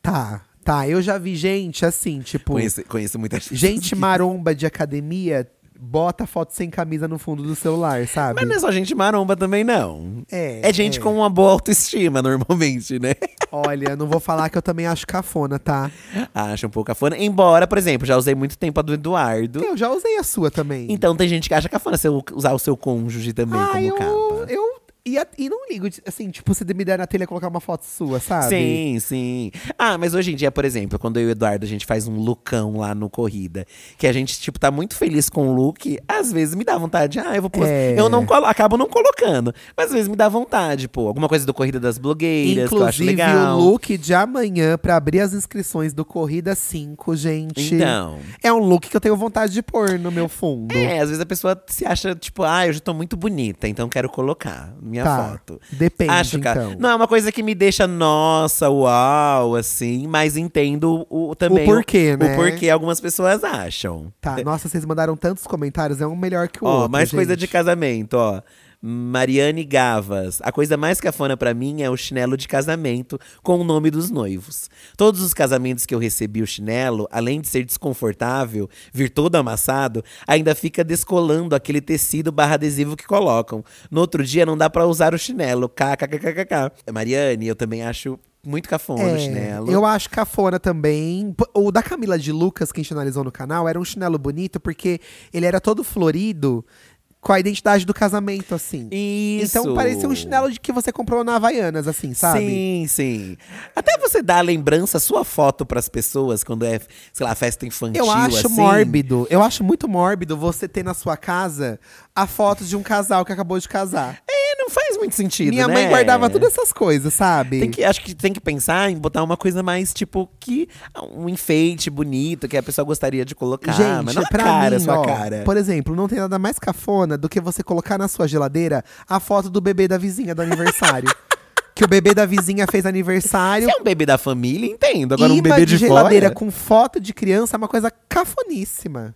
S1: Tá, tá. Eu já vi gente assim, tipo.
S2: Conheço, conheço muita gente.
S1: Gente maromba de academia bota foto sem camisa no fundo do celular, sabe?
S2: Mas não é só gente maromba também, não.
S1: É,
S2: É gente
S1: é.
S2: com uma boa autoestima, normalmente, né?
S1: Olha, não vou falar que eu também acho cafona, tá?
S2: Acha um pouco cafona. Embora, por exemplo, já usei muito tempo a do Eduardo.
S1: Eu já usei a sua também.
S2: Então tem gente que acha cafona se eu usar o seu cônjuge também
S1: ah,
S2: como
S1: eu,
S2: capa.
S1: eu ia, e não ligo, de- assim, tipo, se me der na telha colocar uma foto sua, sabe?
S2: Sim, sim. Ah, mas hoje em dia, por exemplo, quando eu e o Eduardo a gente faz um lookão lá no corrida, que a gente tipo tá muito feliz com o look, às vezes me dá vontade, ah, eu vou pôr.
S1: É.
S2: Eu não colo- acabo não colocando, mas às vezes me dá vontade, pô, alguma coisa do corrida das blogueiras que eu acho
S1: Inclusive,
S2: legal.
S1: o look de amanhã pra abrir as inscrições do Corrida 5, gente.
S2: Então.
S1: É um look que eu tenho vontade de pôr no meu fundo.
S2: É, às vezes a pessoa se acha, tipo, ah, eu já tô muito bonita, então quero colocar minha
S1: Tá,
S2: foto.
S1: depende,
S2: que-
S1: então.
S2: Não, é uma coisa que me deixa, nossa, uau, assim, mas entendo o, o- também.
S1: porquê, né?
S2: O porquê algumas pessoas acham.
S1: Tá, nossa, vocês mandaram tantos comentários, é um melhor que o
S2: é Ó,
S1: outro.
S2: mais coisa
S1: gente.
S2: de casamento, ó. Mariane Gavas. A coisa mais cafona pra mim é o chinelo de casamento com o nome dos noivos. Todos os casamentos que eu recebi o chinelo, além de ser desconfortável, vir todo amassado, ainda fica descolando aquele tecido barra adesivo que colocam. No outro dia não dá pra usar o chinelo. KKKKK. Mariane, eu também acho muito cafona o chinelo.
S1: É, Eu acho cafona também. P- O da Camila de Lucas, que a gente analisou no canal, era um chinelo bonito porque ele era todo florido com a identidade do casamento, assim.
S2: Isso.
S1: Então parecia um chinelo de que você comprou na Havaianas, assim, sabe?
S2: Sim, sim. Até você dar a lembrança, sua foto pras pessoas quando é, sei lá, festa infantil.
S1: Eu acho
S2: assim.
S1: mórbido. Eu acho muito mórbido você ter na sua casa a foto de um casal que acabou de casar.
S2: É, não faz muito sentido.
S1: Minha mãe
S2: né?
S1: guardava assim. todas essas coisas, sabe?
S2: Tem que, acho que tem que pensar em botar uma coisa mais, tipo, que. Um enfeite bonito, que a pessoa gostaria de colocar. mas não a
S1: pra
S2: cara, é
S1: mim,
S2: sua
S1: ó,
S2: cara.
S1: por exemplo, não tem nada mais cafona do que você colocar na sua geladeira a foto do bebê da vizinha do aniversário. que o bebê da vizinha fez aniversário.
S2: Se é um bebê da família, entendo. Agora um
S1: Imã
S2: bebê de,
S1: geladeira
S2: fora.
S1: com foto de criança é uma coisa cafoníssima.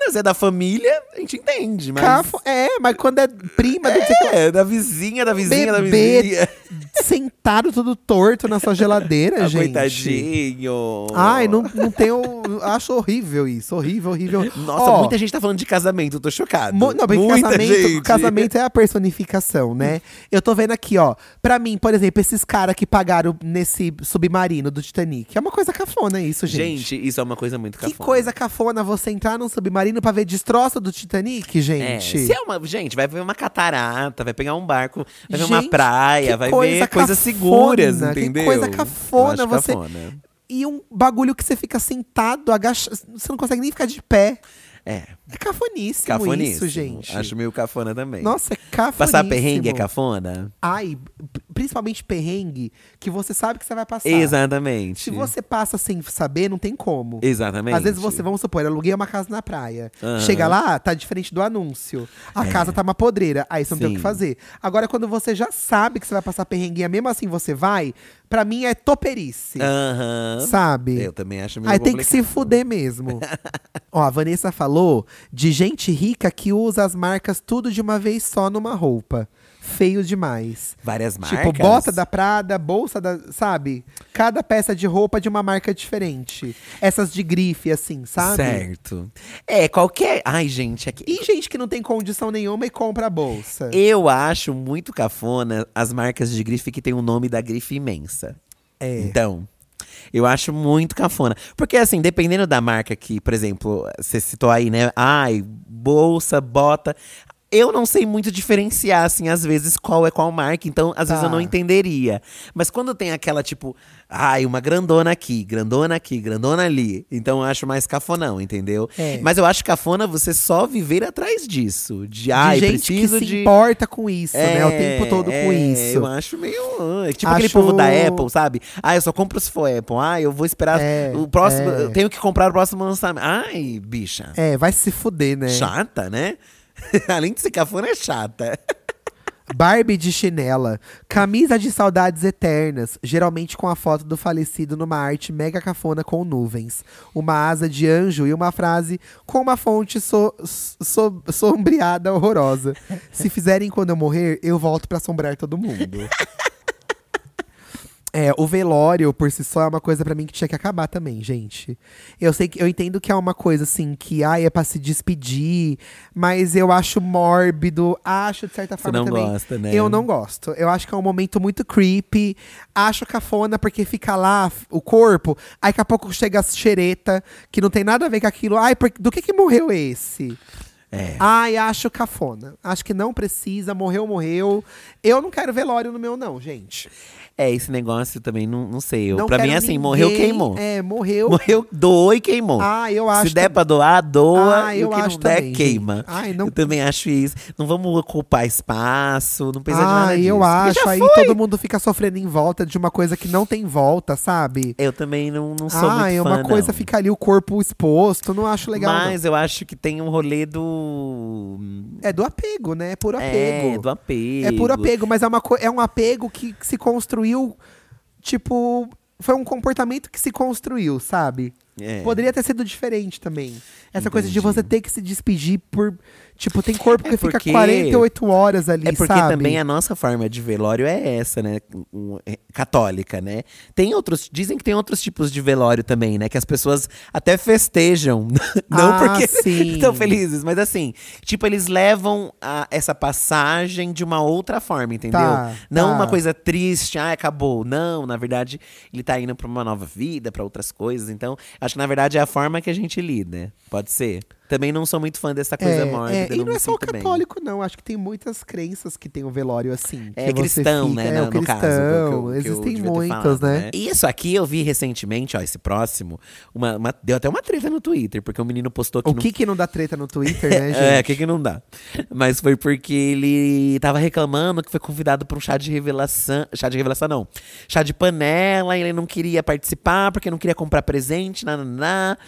S2: Não, se é da família, a gente entende, mas.
S1: Cafo- É, mas quando é prima do
S2: É, da vizinha, da vizinha, da
S1: Bebê,
S2: vizinha.
S1: sentado todo torto na sua geladeira,
S2: É. Ah,
S1: gente.
S2: Coitadinho.
S1: Ai, não, não tenho. Acho horrível isso. Horrível, horrível.
S2: Nossa,
S1: Ó,
S2: muita gente tá falando de casamento, eu tô chocado.
S1: Mo- Não, porque
S2: muita
S1: casamento,
S2: gente.
S1: casamento é a personificação, né? Eu tô vendo aqui, ó. Pra mim, por exemplo, esses caras que pagaram nesse submarino do Titanic. É uma coisa cafona isso, gente.
S2: Gente, isso é uma coisa muito
S1: que
S2: cafona.
S1: coisa cafona você entrar num submarino pra ver destroço do Titanic,
S2: É,
S1: gente.
S2: se é uma, gente, vai ver uma catarata, vai pegar um barco, vai ver uma
S1: Gente,
S2: praia,
S1: que
S2: vai
S1: coisa
S2: ver coisas
S1: cafona,
S2: seguras,
S1: que
S2: entendeu?
S1: coisa
S2: Eu
S1: cafona,
S2: acho
S1: você-
S2: cafona.
S1: E um bagulho que você fica sentado, agachado. Você não consegue nem ficar de pé.
S2: É,
S1: É cafoníssimo,
S2: cafoníssimo.
S1: isso, gente.
S2: é Acho meio cafona também.
S1: Nossa, é cafoníssimo.
S2: Passar perrengue é cafona?
S1: Ai, p- principalmente perrengue, que você sabe que você vai passar.
S2: Exatamente.
S1: Se você passa sem saber, não tem como.
S2: Exatamente.
S1: Às vezes você, vamos supor, aluguei uma casa na praia.
S2: Aham. É.
S1: Chega lá, tá diferente do anúncio. A casa tá uma podreira. Aí você não tem o que
S2: Sim.
S1: fazer. Agora, quando você já sabe que você vai passar perrenguinha, mesmo assim você vai, pra mim é toperice.
S2: Aham. É,
S1: Sabe?
S2: Eu também acho meio
S1: Aí tem que se
S2: complicado.
S1: fuder mesmo. Ó, a Vanessa falou de gente rica que usa as marcas tudo de uma vez só numa roupa. Feio demais.
S2: Várias marcas.
S1: Tipo, bota da Prada, bolsa da. Sabe? Cada peça de roupa de uma marca diferente. Essas de grife, assim, sabe?
S2: Certo. É, qualquer. Ai, gente, aqui.
S1: E gente que não tem condição nenhuma e compra a bolsa.
S2: Eu acho muito cafona as marcas de grife que tem o nome da grife imensa.
S1: É.
S2: Então, eu acho muito cafona. Porque, assim, dependendo da marca que, por exemplo, você citou aí, né? Ai, bolsa, bota. Eu não sei muito diferenciar, assim, às vezes, qual é qual marca. Então, às vezes, eu
S1: Tá.
S2: não entenderia. Mas quando tem aquela, tipo, ai, uma grandona aqui, grandona aqui, grandona ali. Então, eu acho mais cafonão, entendeu?
S1: É.
S2: Mas eu acho cafona você só viver atrás disso. De,
S1: De
S2: ai,
S1: gente que
S2: preciso
S1: se
S2: de…
S1: importa com isso, né? O
S2: É,
S1: tempo todo com
S2: é,
S1: isso.
S2: Eu acho meio. ah, é Tipo aquele
S1: Acho-
S2: povo da Apple, sabe? Ah, eu só compro se for Apple. Ah, eu vou esperar
S1: É,
S2: o próximo.
S1: é.
S2: Eu tenho que comprar o próximo lançamento. Ai, bicha.
S1: É, vai se fuder, né?
S2: Chata, né? Além de ser cafona, é chata.
S1: Barbie de chinela, camisa de saudades eternas, geralmente com a foto do falecido numa arte mega cafona com nuvens, uma asa de anjo e uma frase com uma fonte so, so- sombreada horrorosa. Se fizerem quando eu morrer, eu volto pra assombrar todo mundo. É, o velório por si só é uma coisa pra mim que tinha que acabar também, gente. Eu sei que eu entendo que é uma coisa assim que ai é pra se despedir, mas eu acho mórbido, acho de certa forma
S2: não
S1: também.
S2: gosta, né?
S1: Eu não gosto. Eu acho que é um momento muito creepy. Acho cafona porque fica lá f- o corpo, aí daqui a pouco chega a xereta, que não tem nada a ver com aquilo. Ai, por- do que que morreu esse?
S2: É.
S1: Ai, acho cafona. Acho que não precisa, morreu, morreu. Eu não quero velório no meu não, gente.
S2: É, esse negócio também, não, não sei. Eu,
S1: Não
S2: pra mim é
S1: quero
S2: assim, morreu,
S1: ninguém-
S2: queimou.
S1: É, morreu.
S2: Morreu, doou e queimou.
S1: Ah, eu acho.
S2: Se der pra doar, doa.
S1: Ah,
S2: e
S1: eu
S2: o que
S1: acho
S2: não der,
S1: também,
S2: queima.
S1: gente. Ai, não-
S2: Eu também acho isso. Não vamos ocupar espaço, não precisa de
S1: ah,
S2: nada disso.
S1: eu
S2: Porque
S1: acho.
S2: já
S1: Aí
S2: foi.
S1: todo mundo fica sofrendo em volta de uma coisa que não tem volta, sabe?
S2: Eu também não, não sou
S1: Ah,
S2: muito
S1: é
S2: fã,
S1: uma coisa
S2: não.
S1: fica ali o corpo exposto, não acho legal. não.
S2: Mas eu acho que tem um rolê do.
S1: É do apego, né? É puro
S2: É,
S1: apego.
S2: do apego.
S1: É puro apego, mas é, uma co- é um apego que se construiu, tipo. Foi um comportamento que se construiu, sabe?
S2: É.
S1: Poderia ter sido diferente também. Essa coisa de você ter que se despedir por. Tipo, tem corpo
S2: É
S1: que fica
S2: porque-
S1: 48 horas ali,
S2: É porque
S1: sabe?
S2: também a nossa forma de velório é essa, né? Um- é Católica, né? Tem outros. Dizem que tem outros tipos de velório também, né? Que as pessoas até festejam. Não
S1: Ah,
S2: porque
S1: sim.
S2: estão felizes, mas assim, tipo, eles levam a- essa passagem de uma outra forma, entendeu?
S1: Tá,
S2: não
S1: tá.
S2: uma coisa triste, ah, acabou. Não, na verdade, ele tá indo pra uma nova vida, pra outras coisas. Então, acho que na verdade é a forma que a gente lida. né? Pode ser. Também não sou muito fã dessa coisa mórbida. assim
S1: e não,
S2: me
S1: é só o
S2: sinto bem.
S1: católico, não. Acho que tem muitas crenças que tem o velório assim. que
S2: É
S1: você
S2: cristão,
S1: fica-
S2: né?
S1: É,
S2: no,
S1: o
S2: no
S1: cristão.
S2: caso. que eu- que eu- que eu
S1: Existem
S2: devia ter
S1: muitos,
S2: falado,
S1: né?
S2: Isso aqui eu vi recentemente, ó, esse próximo. Uma, uma- deu até uma treta no Twitter, porque o menino postou que
S1: O
S2: não
S1: que que não dá treta no Twitter, né, gente?
S2: é, o que que não dá. Mas foi porque ele tava reclamando que foi convidado pra um chá de revelação. Chá de revelação, não. Chá de panela, e ele não queria participar porque não queria comprar presente, nananá.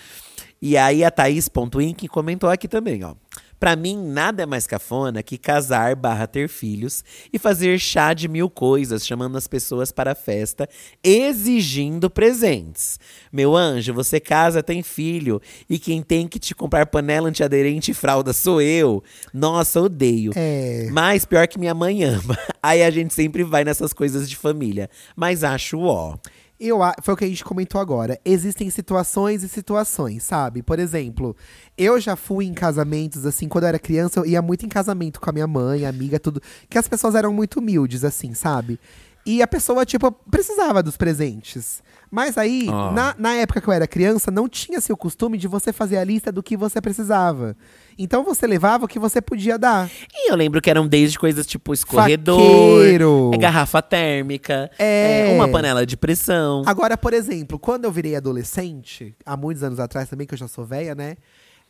S2: E aí a Thaís.inc comentou aqui também, ó. Pra mim, nada é mais cafona que casar barra ter filhos e fazer chá de mil coisas, chamando as pessoas para a festa, exigindo presentes. Meu anjo, você casa, tem filho, e quem tem que te comprar panela antiaderente e fralda sou eu. Nossa, odeio.
S1: É.
S2: Mas pior que minha mãe ama. Aí a gente sempre vai nessas coisas de família. Mas acho ó.
S1: Eu, a- foi o que a gente comentou agora. Existem situações e situações, sabe? Por exemplo, eu já fui em casamentos, assim, quando eu era criança, eu ia muito em casamento com a minha mãe, amiga, tudo. Que as pessoas eram muito humildes, assim, sabe? E a pessoa, tipo, precisava dos presentes. Mas aí,
S2: Ah.
S1: na, na época que eu era criança, não tinha-se o costume de você fazer a lista do que você precisava. Então você levava o que você podia dar.
S2: E eu lembro que eram desde coisas tipo escorredor,
S1: Faqueiro.
S2: é garrafa térmica,
S1: É.
S2: é, uma panela de pressão.
S1: Agora, por exemplo, quando eu virei adolescente, há muitos anos atrás também, que eu já sou velha, né?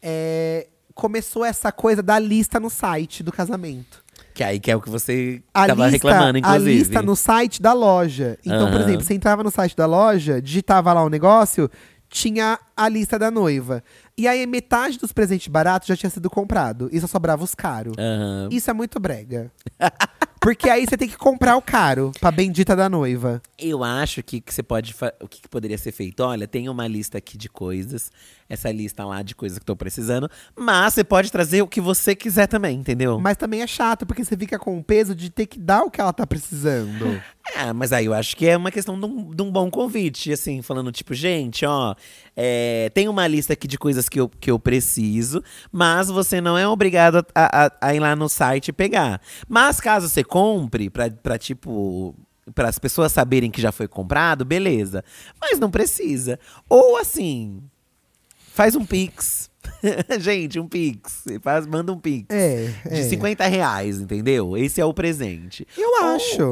S1: É, começou essa coisa da lista no site do casamento.
S2: Que aí que é o que você
S1: A
S2: tava
S1: lista,
S2: reclamando, inclusive.
S1: A lista no site da loja. Então, por
S2: Aham.
S1: exemplo, você entrava no site da loja, digitava lá o negócio, tinha a lista da noiva. E aí, metade dos presentes baratos já tinha sido comprado. E só sobrava os caros.
S2: Aham.
S1: Isso é muito brega. Porque aí você tem que comprar o caro pra bendita da noiva.
S2: Eu acho que, que você pode. fa- O que, que poderia ser feito? Olha, tem uma lista aqui de coisas. Essa lista lá de coisas que eu tô precisando. Mas você pode trazer o que você quiser também, entendeu?
S1: Mas também é chato, porque você fica com o peso de ter que dar o que ela tá precisando.
S2: Ah, mas aí eu acho que é uma questão de um, de um bom convite, assim, falando tipo, gente, ó, é, tem uma lista aqui de coisas que eu, que eu preciso, mas você não é obrigado a, a- a ir lá no site e pegar. Mas caso você compre, pra, pra tipo. Para as pessoas saberem que já foi comprado, beleza. Mas não precisa. Ou assim, faz um pix. Gente, um pix. Faz, manda um pix.
S1: É,
S2: De
S1: é.
S2: 50 reais, entendeu? Esse é o presente.
S1: Eu
S2: Ou-
S1: acho.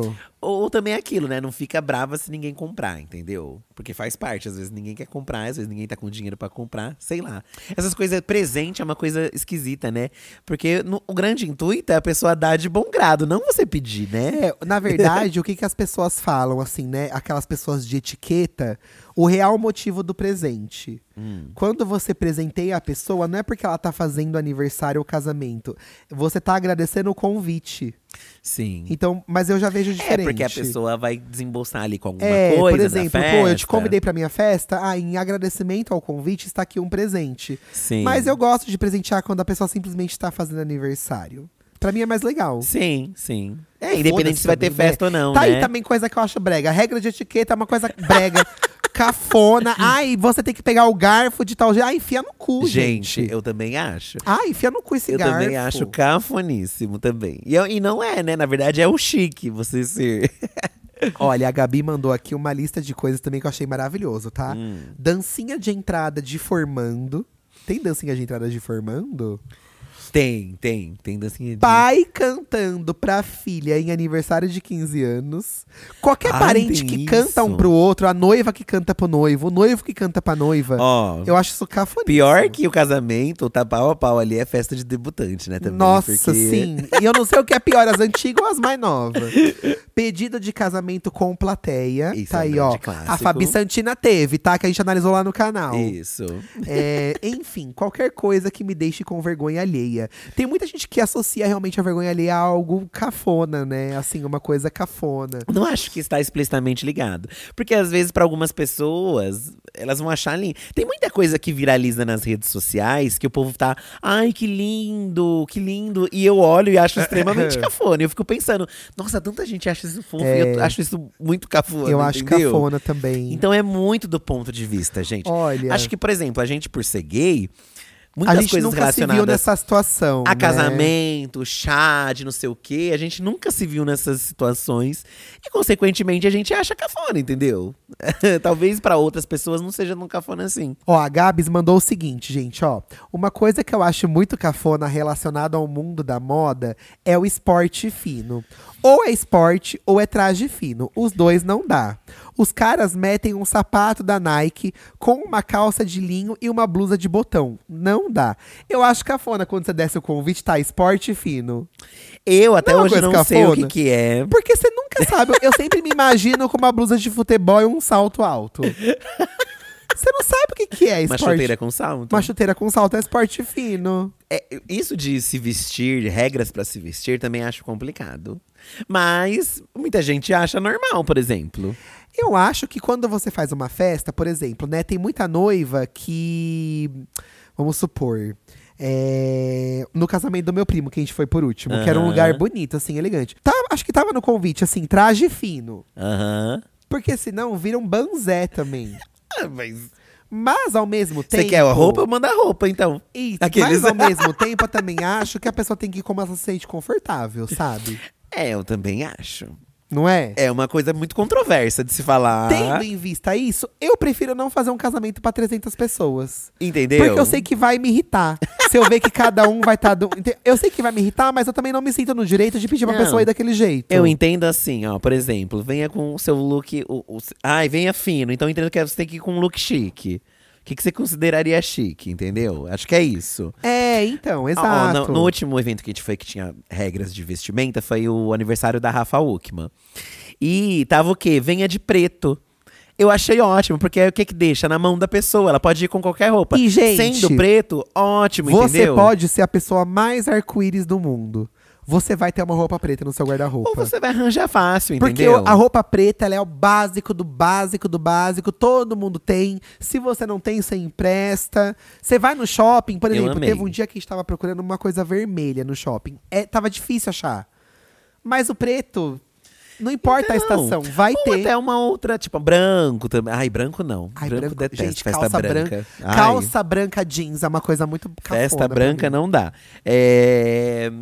S2: ou, ou também é aquilo, né? Não fica brava se ninguém comprar, entendeu? Porque faz parte. Às vezes ninguém quer comprar, às vezes ninguém tá com dinheiro pra comprar, sei lá. Essas coisas, presente é uma coisa esquisita, né? Porque no- o grande intuito é a pessoa dar de bom grado, não você pedir, né?
S1: É, na verdade, o que, que as pessoas falam, assim, né? Aquelas pessoas de etiqueta, o real motivo do presente.
S2: Hum.
S1: Quando você presenteia a pessoa, não é porque ela tá fazendo aniversário ou casamento. Você tá agradecendo o convite.
S2: Sim.
S1: Então, mas eu já vejo diferente.
S2: Hum. É porque a pessoa vai desembolsar ali com alguma
S1: É,
S2: coisa.
S1: por
S2: na
S1: exemplo, pô, eu te
S2: festa.
S1: convidei pra minha festa, ah, em agradecimento ao convite está aqui um presente.
S2: Sim.
S1: Mas eu gosto de presentear quando a pessoa simplesmente tá fazendo aniversário. Pra mim é mais legal.
S2: Sim, sim. É,
S1: Foda-se
S2: independente se vai ter
S1: também, né?
S2: festa ou não.
S1: Tá
S2: né?
S1: aí também coisa que eu acho brega. Regra de etiqueta é uma coisa brega. cafona. Ai, você tem que pegar o garfo de tal jeito. Ai, enfia no cu, gente.
S2: Gente, eu também acho.
S1: Ai, enfia no cu esse
S2: Eu
S1: garfo.
S2: também acho cafoníssimo também. E, eu- e não é, né? Na verdade, é o chique você ser.
S1: Olha, a Gabi mandou aqui uma lista de coisas também que eu achei maravilhoso, tá?
S2: Hum.
S1: Dancinha de entrada de formando. Tem dancinha de entrada de formando?
S2: Tem, tem. Tem dancinha de.
S1: Pai cantando pra filha em aniversário de 15 anos. Qualquer
S2: Ai,
S1: parente
S2: tem
S1: que canta um
S2: isso.
S1: pro outro, a noiva que canta pro noivo, o noivo que canta pra noiva.
S2: Ó,
S1: Eu acho isso cafoníssimo.
S2: pior que o casamento, tá pau a pau ali, é festa de debutante, né? Também,
S1: Nossa,
S2: porque-
S1: sim. E eu não sei o que é pior, as antigas ou as mais novas. Pedido de casamento com plateia.
S2: Isso,
S1: tá
S2: é um
S1: aí,
S2: grande
S1: ó.
S2: clássico.
S1: A Fabi Santina teve, tá? Que a gente analisou lá no canal.
S2: Isso.
S1: É, enfim, qualquer coisa que me deixe com vergonha alheia. Tem muita gente que associa realmente a vergonha alheia a algo cafona, né? Assim, uma coisa cafona.
S2: Não acho que está explicitamente ligado. Porque às vezes, pra algumas pessoas, elas vão achar lindo. Tem muita coisa que viraliza nas redes sociais que o povo tá. Ai, que lindo, que lindo. E eu olho e acho
S1: É,
S2: extremamente cafona. Eu fico pensando, nossa, tanta gente acha isso fofo. e eu acho isso muito cafona.
S1: É. eu acho
S2: entendeu?
S1: cafona também.
S2: Então é muito do ponto de vista, gente.
S1: Olha,
S2: Acho que, por exemplo, a gente por ser gay, muitas
S1: a gente
S2: coisas
S1: nunca se viu
S2: relacionadas
S1: nessa situação.
S2: a
S1: né?
S2: casamento, chá, de não sei o quê, a gente nunca se viu nessas situações e consequentemente a gente acha cafona, entendeu? Talvez pra outras pessoas não seja tão cafona assim.
S1: Ó, a Gabs mandou o seguinte, gente, ó. Uma coisa que eu acho muito cafona relacionada ao mundo da moda é o esporte fino. Ou é esporte ou é traje fino. Os dois não dá. Os caras metem um sapato da Nike com uma calça de linho e uma blusa de botão. Não dá. Eu acho cafona quando você desce o convite, tá? Esporte fino.
S2: Eu até
S1: Não é uma
S2: hoje
S1: coisa
S2: não sei o que
S1: cafona?
S2: que é.
S1: Porque você nunca sabe. Eu sempre me imagino com uma blusa de futebol e um salto alto. Você não sabe o que, que é
S2: Uma
S1: esporte.
S2: chuteira com salto.
S1: Uma chuteira com salto é esporte fino.
S2: É, isso de se vestir, regras pra se vestir, também acho complicado. Mas muita gente acha normal, por exemplo.
S1: Eu acho que quando você faz uma festa, por exemplo, né? Tem muita noiva que. Vamos supor. é, no casamento do meu primo, que a gente foi por último, que era um
S2: Aham.
S1: lugar bonito, assim, elegante. Tá, acho que tava no convite, assim, traje fino.
S2: Aham.
S1: Porque senão vira um banzé também.
S2: Ah, mas
S1: Mas ao mesmo tempo.
S2: você quer a roupa? Manda a roupa, então.
S1: Isso,
S2: Aqueles-
S1: Mas ao mesmo tempo, eu também acho que a pessoa tem que ir como ela se sente confortável, sabe?
S2: É, eu também acho.
S1: Não é?
S2: É uma coisa muito controversa de se falar.
S1: Tendo em vista isso, eu prefiro não fazer um casamento pra 300 pessoas.
S2: Entendeu?
S1: Porque eu sei que vai me irritar. se eu ver que cada um vai estar. Eu sei que vai me irritar, mas eu também não me sinto no direito de pedir pra
S2: Não.
S1: pessoa ir daquele jeito.
S2: Eu entendo assim, ó, por exemplo, venha com o seu look. O, o- ai, venha fino. Então eu entendo que você tem que ir com um look chique. O que, que você consideraria chique, entendeu? Acho que é isso.
S1: É, então,
S2: Ah, Ó,
S1: exato.
S2: no, no último evento que a gente foi que tinha regras de vestimenta foi o aniversário da Rafa Uckman. E tava o quê? Venha de preto. Eu achei ótimo, porque aí o que que deixa? Na mão da pessoa, ela pode ir com qualquer roupa.
S1: E, gente,
S2: Sendo preto, ótimo,
S1: Você
S2: entendeu?
S1: pode ser a pessoa mais arco-íris do mundo. Você vai ter uma roupa preta no seu guarda-roupa.
S2: Ou você vai arranjar fácil,
S1: Porque
S2: entendeu?
S1: a roupa preta ela é o básico do básico do básico, todo mundo tem. Se você não tem, você empresta. Você vai no shopping, por
S2: Eu
S1: exemplo,
S2: amei.
S1: teve um dia que a gente tava procurando uma coisa vermelha no shopping. É, tava difícil achar. Mas o preto, não importa a
S2: Então,
S1: estação, vai
S2: Ou
S1: ter.
S2: até uma outra, tipo, branco também. Ai, branco não.
S1: Ai,
S2: branco, detesto.
S1: gente,
S2: festa
S1: calça
S2: branca.
S1: branca.
S2: Ai,
S1: Calça branca jeans é uma coisa muito cafona
S2: festa
S1: pra
S2: branca
S1: mim.
S2: não dá. É,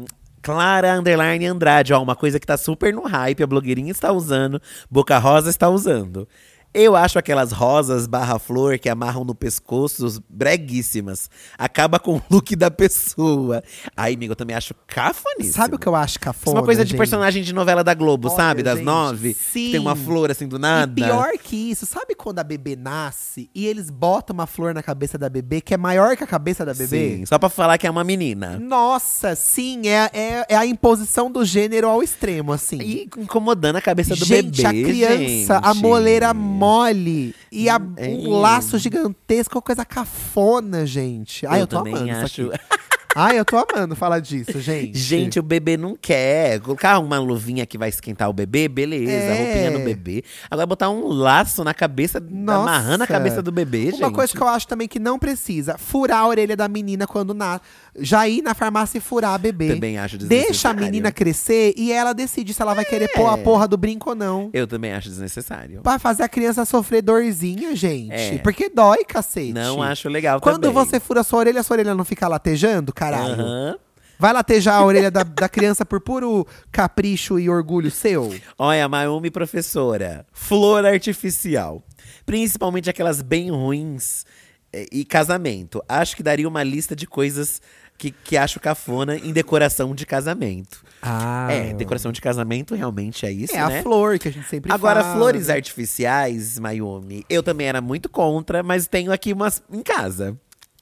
S2: Clara Underline Andrade, ó, uma coisa que tá super no hype, a blogueirinha está usando, Boca Rosa está usando. Eu acho aquelas rosas barra flor que amarram no pescoço, breguíssimas. Acaba com o look da pessoa. Ai, amigo, eu também acho cafoníssimo.
S1: Sabe o que eu acho
S2: Isso é
S1: cafona?
S2: uma coisa de
S1: gente?
S2: personagem de novela da Globo,
S1: Olha,
S2: sabe? Das
S1: gente,
S2: nove. Que tem uma
S1: sim.
S2: flor assim do
S1: E
S2: nada.
S1: pior que isso, sabe quando a bebê nasce e eles botam uma flor na cabeça da bebê que é maior que a cabeça da bebê?
S2: Sim, só pra falar que é uma menina.
S1: Nossa, sim, é, é, é a imposição do gênero ao extremo, assim.
S2: E incomodando a cabeça do
S1: gente,
S2: bebê.
S1: a criança, a
S2: gente.
S1: moleira mole e a,
S2: Hein.
S1: um laço gigantesco, coisa cafona, gente. Ai, eu,
S2: Eu
S1: tô
S2: também
S1: amando
S2: acho.
S1: isso aqui. Ai, eu tô amando falar disso, gente.
S2: Gente, o bebê não quer. Colocar uma luvinha que vai esquentar o bebê, beleza.
S1: É.
S2: Roupinha no bebê. Agora botar um laço na cabeça,
S1: Nossa.
S2: amarrando a cabeça do bebê, gente.
S1: Uma coisa que eu acho também que não precisa, furar a orelha da menina quando nasce. Já ir na farmácia e furar a bebê.
S2: Também acho
S1: Deixa a
S2: desnecessário. É.
S1: menina crescer e ela decide se ela vai querer pôr a porra do brinco ou não.
S2: Eu também acho desnecessário.
S1: Pra fazer a criança sofrer dorzinha, gente.
S2: É.
S1: Porque dói, cacete.
S2: Não acho legal
S1: Quando
S2: também.
S1: você fura sua orelha, sua orelha não fica latejando, caralho?
S2: Aham.
S1: Vai latejar a orelha da, da criança por puro capricho e orgulho seu?
S2: Olha, Mayumi professora, flor artificial. Principalmente aquelas bem ruins eh, e casamento. Acho que daria uma lista de coisas que, que acho cafona em decoração de casamento.
S1: Ah.
S2: É, decoração de casamento realmente é isso,
S1: É a
S2: né?
S1: flor que a gente sempre
S2: Agora,
S1: fala.
S2: flores artificiais, Mayumi, eu também era muito contra, mas tenho aqui umas em casa.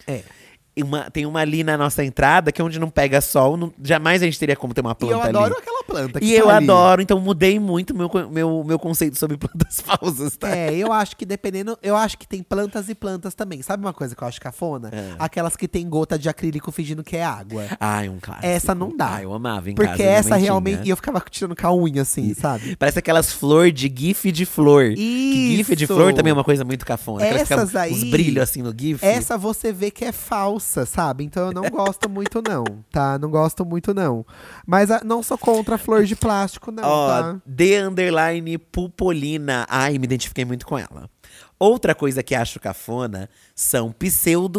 S1: É.
S2: E Uma, tem uma ali na nossa entrada, que é onde não pega sol, não- jamais a gente teria como ter uma
S1: E
S2: planta
S1: eu
S2: ali.
S1: adoro aquela planta. que
S2: E
S1: tá
S2: eu
S1: ali.
S2: adoro, então mudei muito meu, co- meu, meu conceito sobre plantas falsas, tá?
S1: É, eu acho que dependendo. Eu acho que tem plantas e plantas também. Sabe uma coisa que eu acho cafona?
S2: Ah.
S1: Aquelas que tem gota de acrílico fingindo que é água.
S2: Ai, um clássico.
S1: Essa não dá.
S2: Ai, eu amava em casa, né?
S1: Porque
S2: minha
S1: essa
S2: mãe tinha.
S1: realmente. E eu ficava tirando com a unha, assim, sabe?
S2: Parece aquelas flor de gif de flor. Que gif de
S1: Isso!
S2: flor também é uma coisa muito cafona. aquelas que
S1: Essas
S2: ficam
S1: aí-
S2: Os brilhos assim no gif.
S1: Essa você vê que é falsa, sabe? Então eu não gosto muito, não, tá? Não gosto muito, não. Mas ah, não sou contra a flor de plástico, não,
S2: Ó,
S1: tá?
S2: The Underline Pupolina. Ai, me identifiquei muito com ela. Outra coisa que acho cafona são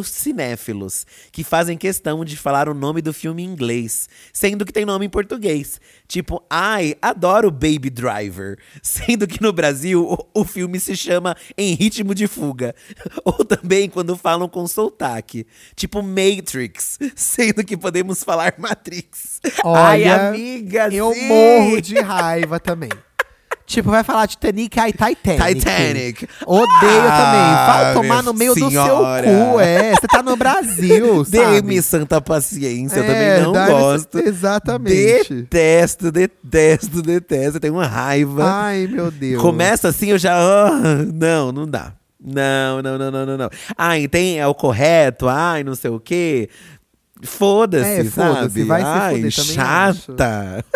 S2: pseudo-cinéfilos, que fazem questão de falar o nome do filme em inglês, sendo que tem nome em português. Tipo, ai, adoro Baby Driver, sendo que no Brasil o, o filme se chama Em Ritmo de Fuga. Ou também quando falam com sotaque, tipo Matrix, sendo que podemos falar Matrix. ai,
S1: Olha,
S2: amiga,
S1: Eu
S2: sim.
S1: morro de raiva também. Tipo, vai falar Titanic, ai, Titanic.
S2: Titanic.
S1: Odeio
S2: Ah,
S1: também. Vai tomar no meio
S2: minha senhora.
S1: do seu cu, é. Você tá no Brasil, sabe?
S2: Dê-me santa paciência, eu
S1: É,
S2: também não
S1: dá-
S2: gosto.
S1: Exatamente.
S2: Detesto, detesto, detesto. Eu tenho uma raiva.
S1: Ai, meu Deus.
S2: Começa assim, eu já. ah, não, não dá. Não, não, não, não, não, não. Ai, tem, é o correto, ai, não sei o quê. Foda-se,
S1: É,
S2: sabe?
S1: foda-se, vai se
S2: ai,
S1: foder também,
S2: chata.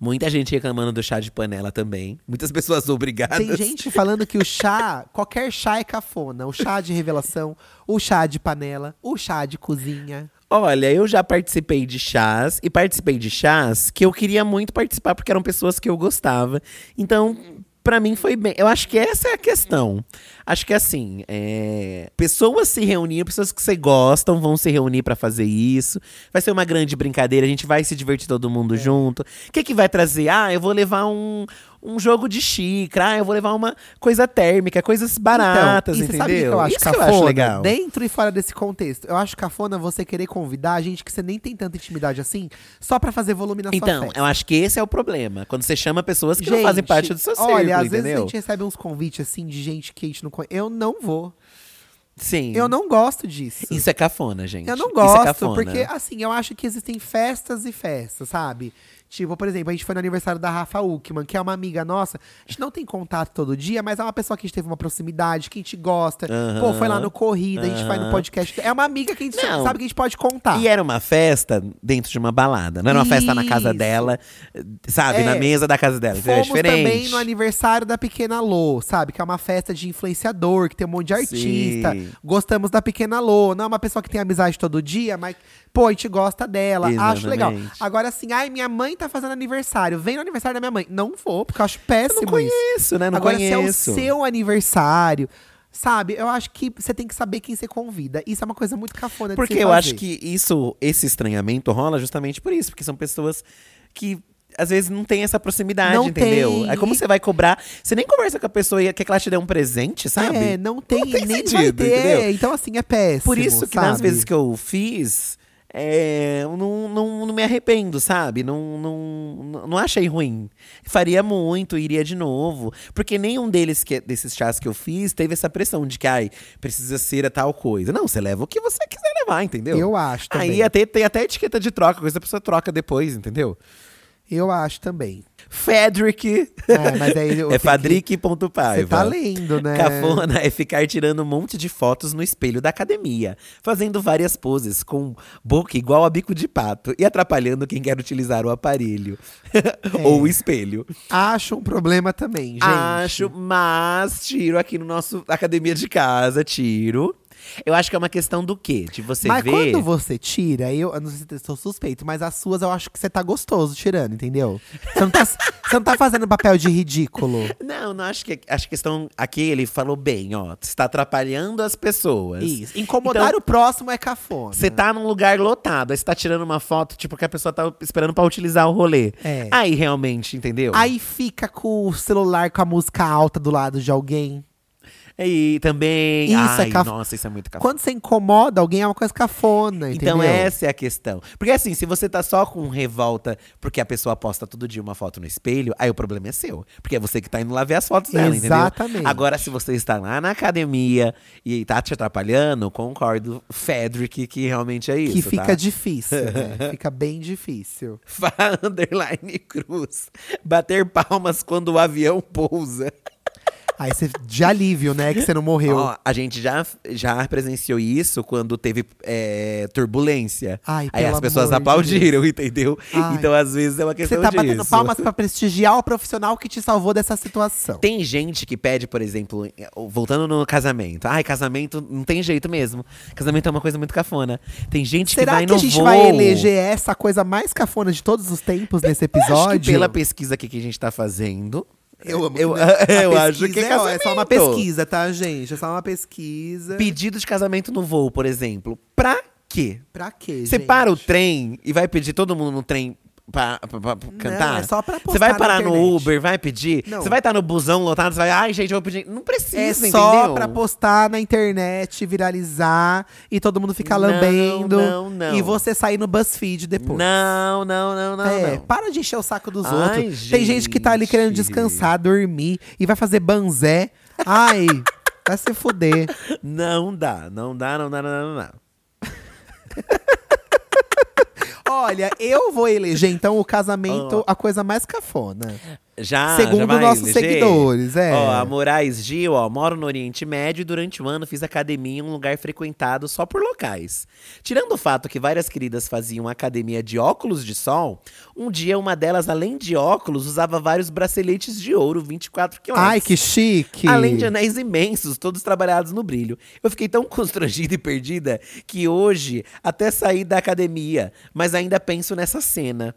S2: Muita gente reclamando do chá de panela também. Muitas pessoas obrigadas.
S1: Tem gente falando que o chá, qualquer chá é cafona. O chá de revelação, o chá de panela, o chá de cozinha.
S2: Olha, eu já participei de chás e participei de chás que eu queria muito participar porque eram pessoas que eu gostava. Então, pra mim foi bem. Eu acho que essa é a questão. Acho que assim, é, pessoas se reuniram, pessoas que você gostam vão se reunir pra fazer isso. Vai ser uma grande brincadeira, a gente vai se divertir todo
S1: É.
S2: mundo junto. O que que vai trazer? Ah, eu vou levar um um jogo de xícara, ah, eu vou levar uma coisa térmica, coisas baratas,
S1: Então, e você
S2: entendeu?
S1: sabe o que eu acho
S2: isso
S1: cafona?
S2: que eu acho legal.
S1: Dentro e fora desse contexto. Eu acho cafona você querer convidar gente que você nem tem tanta intimidade assim, só pra fazer volume na sua
S2: Então,
S1: festa.
S2: eu acho que esse é o problema. Quando você chama pessoas que não fazem parte do seu círculo,
S1: Olha, às vezes a
S2: entendeu?
S1: gente recebe uns convites assim de gente que a gente não conhece. Eu não vou.
S2: Sim.
S1: Eu não gosto disso.
S2: Isso é cafona, gente.
S1: Eu não
S2: Isso é
S1: gosto,
S2: cafona.
S1: porque assim, eu acho que existem festas e festas, sabe? Tipo, por exemplo, a gente foi no aniversário da Rafa Uckman, que é uma amiga nossa. A gente não tem contato todo dia, mas é uma pessoa que a gente teve uma proximidade, que a gente gosta.
S2: Aham.
S1: Pô, foi lá no Corrida, a gente vai no
S2: Aham.
S1: podcast. É uma amiga que a gente
S2: Não.
S1: sabe que a gente pode contar.
S2: E é era uma festa dentro de uma balada. Não era uma festa na casa
S1: Isso.
S2: dela, sabe?
S1: É.
S2: Na mesa da casa dela. entendeu? É
S1: Fomos também
S2: diferente.
S1: no aniversário da Pequena Lô, sabe? Que é uma festa de influenciador, que tem um monte de artista.
S2: Sim.
S1: Gostamos da Pequena Lô. Não é uma pessoa que tem amizade todo dia, mas, pô, a gente gosta dela. Acho
S2: Exatamente.
S1: legal. Agora, assim, ai, minha mãe tá fazendo aniversário. Vem no aniversário da minha mãe. Não vou, porque eu acho péssimo
S2: não
S1: isso.
S2: conheço, né? Não
S1: Agora, se é
S2: conheço.
S1: o seu aniversário. Sabe, eu acho que você tem que saber quem você convida. Isso é uma coisa muito cafona de
S2: Porque
S1: se
S2: eu
S1: fazer.
S2: acho que isso, esse estranhamento rola justamente por isso, porque são pessoas que às vezes não tem essa proximidade,
S1: Não
S2: entendeu?
S1: tem.
S2: É como você vai cobrar, você nem conversa com a pessoa e quer que ela te dê um presente, sabe?
S1: É, não tem,
S2: tem
S1: nem vai
S2: sentido,
S1: ter.
S2: entendeu?
S1: Então, assim, é péssimo.
S2: Por isso que nas
S1: sabe?
S2: vezes que eu fiz, é, eu não, não, não me arrependo, sabe? Não, não, não achei ruim. Faria muito, iria de novo. Porque nenhum deles, que, desses chás que eu fiz, teve essa pressão de que, ai, precisa ser a tal coisa. Não, você leva o que você quiser levar, entendeu?
S1: Eu acho também.
S2: Aí até, tem até etiqueta de troca, coisa que a pessoa troca depois, entendeu?
S1: Eu acho também.
S2: Fedric.
S1: É, mas aí eu
S2: é
S1: tenho
S2: fadric.paiva.
S1: Você tá lendo, né?
S2: Cafona é ficar tirando um monte de fotos no espelho da academia, fazendo várias poses com boca igual a bico de pato e atrapalhando quem quer utilizar o aparelho ou o espelho.
S1: Acho um problema também, É. gente.
S2: Acho, mas tiro aqui no nosso academia de casa, tiro. Eu acho que é uma questão do quê? De você
S1: Mas
S2: ver.
S1: quando você tira, eu, eu não sei se eu sou suspeito, mas as suas eu acho que você tá gostoso tirando, entendeu? Você não tá, você não tá fazendo papel de ridículo.
S2: Não, não acho que acho que a questão aqui ele falou bem, ó, está atrapalhando as pessoas.
S1: Isso. Incomodar
S2: Então-
S1: o próximo é cafona.
S2: Você tá num lugar lotado, aí você tá tirando uma foto, tipo, que a pessoa tá esperando pra utilizar o rolê.
S1: É.
S2: Aí realmente, entendeu?
S1: Aí fica com o celular com a música alta do lado de alguém.
S2: E também.
S1: Isso é
S2: ai,
S1: caf-
S2: nossa, isso é muito cafona.
S1: Quando você incomoda alguém, é uma coisa cafona, entendeu?
S2: Então essa é a questão. Porque assim, se você tá só com revolta porque a pessoa posta todo dia uma foto no espelho, aí o problema é seu. Porque é você que tá indo lá ver as fotos dela,
S1: Exatamente.
S2: entendeu? Agora, se você está lá na academia e tá te atrapalhando, concordo, Fedric, que realmente é isso.
S1: Que fica
S2: tá?
S1: difícil, né? Fica bem difícil.
S2: Fá underline cruz. Bater palmas quando o avião pousa.
S1: Aí você de alívio, né? Que você não morreu.
S2: Ó, a gente já, já presenciou isso quando teve é, turbulência.
S1: Ai,
S2: Aí
S1: pelo
S2: as pessoas
S1: amor de
S2: aplaudiram, entendeu?
S1: Ai.
S2: Então, às vezes, é uma
S1: Você
S2: questão
S1: tá
S2: disso.
S1: batendo palmas pra prestigiar o profissional que te salvou dessa situação.
S2: Tem gente que pede, por exemplo, voltando no casamento. Ai, casamento não tem jeito mesmo. Casamento é uma coisa muito cafona. Tem gente que
S1: Será
S2: vai
S1: que,
S2: no
S1: a gente
S2: voo.
S1: vai eleger essa coisa mais cafona de todos os tempos nesse
S2: Eu
S1: episódio?
S2: Acho que pela pesquisa aqui que a gente tá fazendo.
S1: Eu amo.
S2: Eu,
S1: A
S2: eu acho
S1: pesquisa
S2: que é,
S1: é, ó, é só uma
S2: casamento.
S1: pesquisa, tá, gente? É só uma pesquisa.
S2: Pedido de casamento no voo, por exemplo. Pra quê?
S1: Pra quê,
S2: Você
S1: gente?
S2: para o trem e vai pedir todo mundo no trem pra, pra- pra- pra cantar?
S1: é só pra
S2: Você vai
S1: postar na
S2: parar no
S1: internet.
S2: Uber, vai pedir?
S1: Não.
S2: Você vai estar no busão lotado, você vai… Ai, gente, eu vou pedir… Não precisa,
S1: É
S2: entendeu?
S1: só pra postar na internet, viralizar e todo mundo ficar
S2: Não,
S1: lambendo.
S2: não, não.
S1: E você sair no BuzzFeed depois.
S2: Não, não, não, não,
S1: é,
S2: não.
S1: para de encher o saco dos
S2: Ai,
S1: outros. Tem gente que tá ali querendo
S2: gente.
S1: descansar, dormir e vai fazer banzé. Ai, vai se fuder.
S2: Não dá, não dá, não dá, não dá, não dá.
S1: Olha, eu vou eleger então o casamento a coisa mais cafona.
S2: Já, já
S1: segundo
S2: vai
S1: nossos
S2: eleger?
S1: seguidores, é.
S2: Ó, a Moraes Gil, ó, moro no Oriente Médio e durante um ano fiz academia em um lugar frequentado só por locais. Tirando o fato que várias queridas faziam academia de óculos de sol, um dia uma delas, além de óculos, usava vários braceletes de ouro 24 quilates.
S1: Ai, que chique!
S2: Além de anéis imensos, todos trabalhados no brilho. Eu fiquei tão constrangida e perdida que hoje até saí da academia, mas ainda penso nessa cena.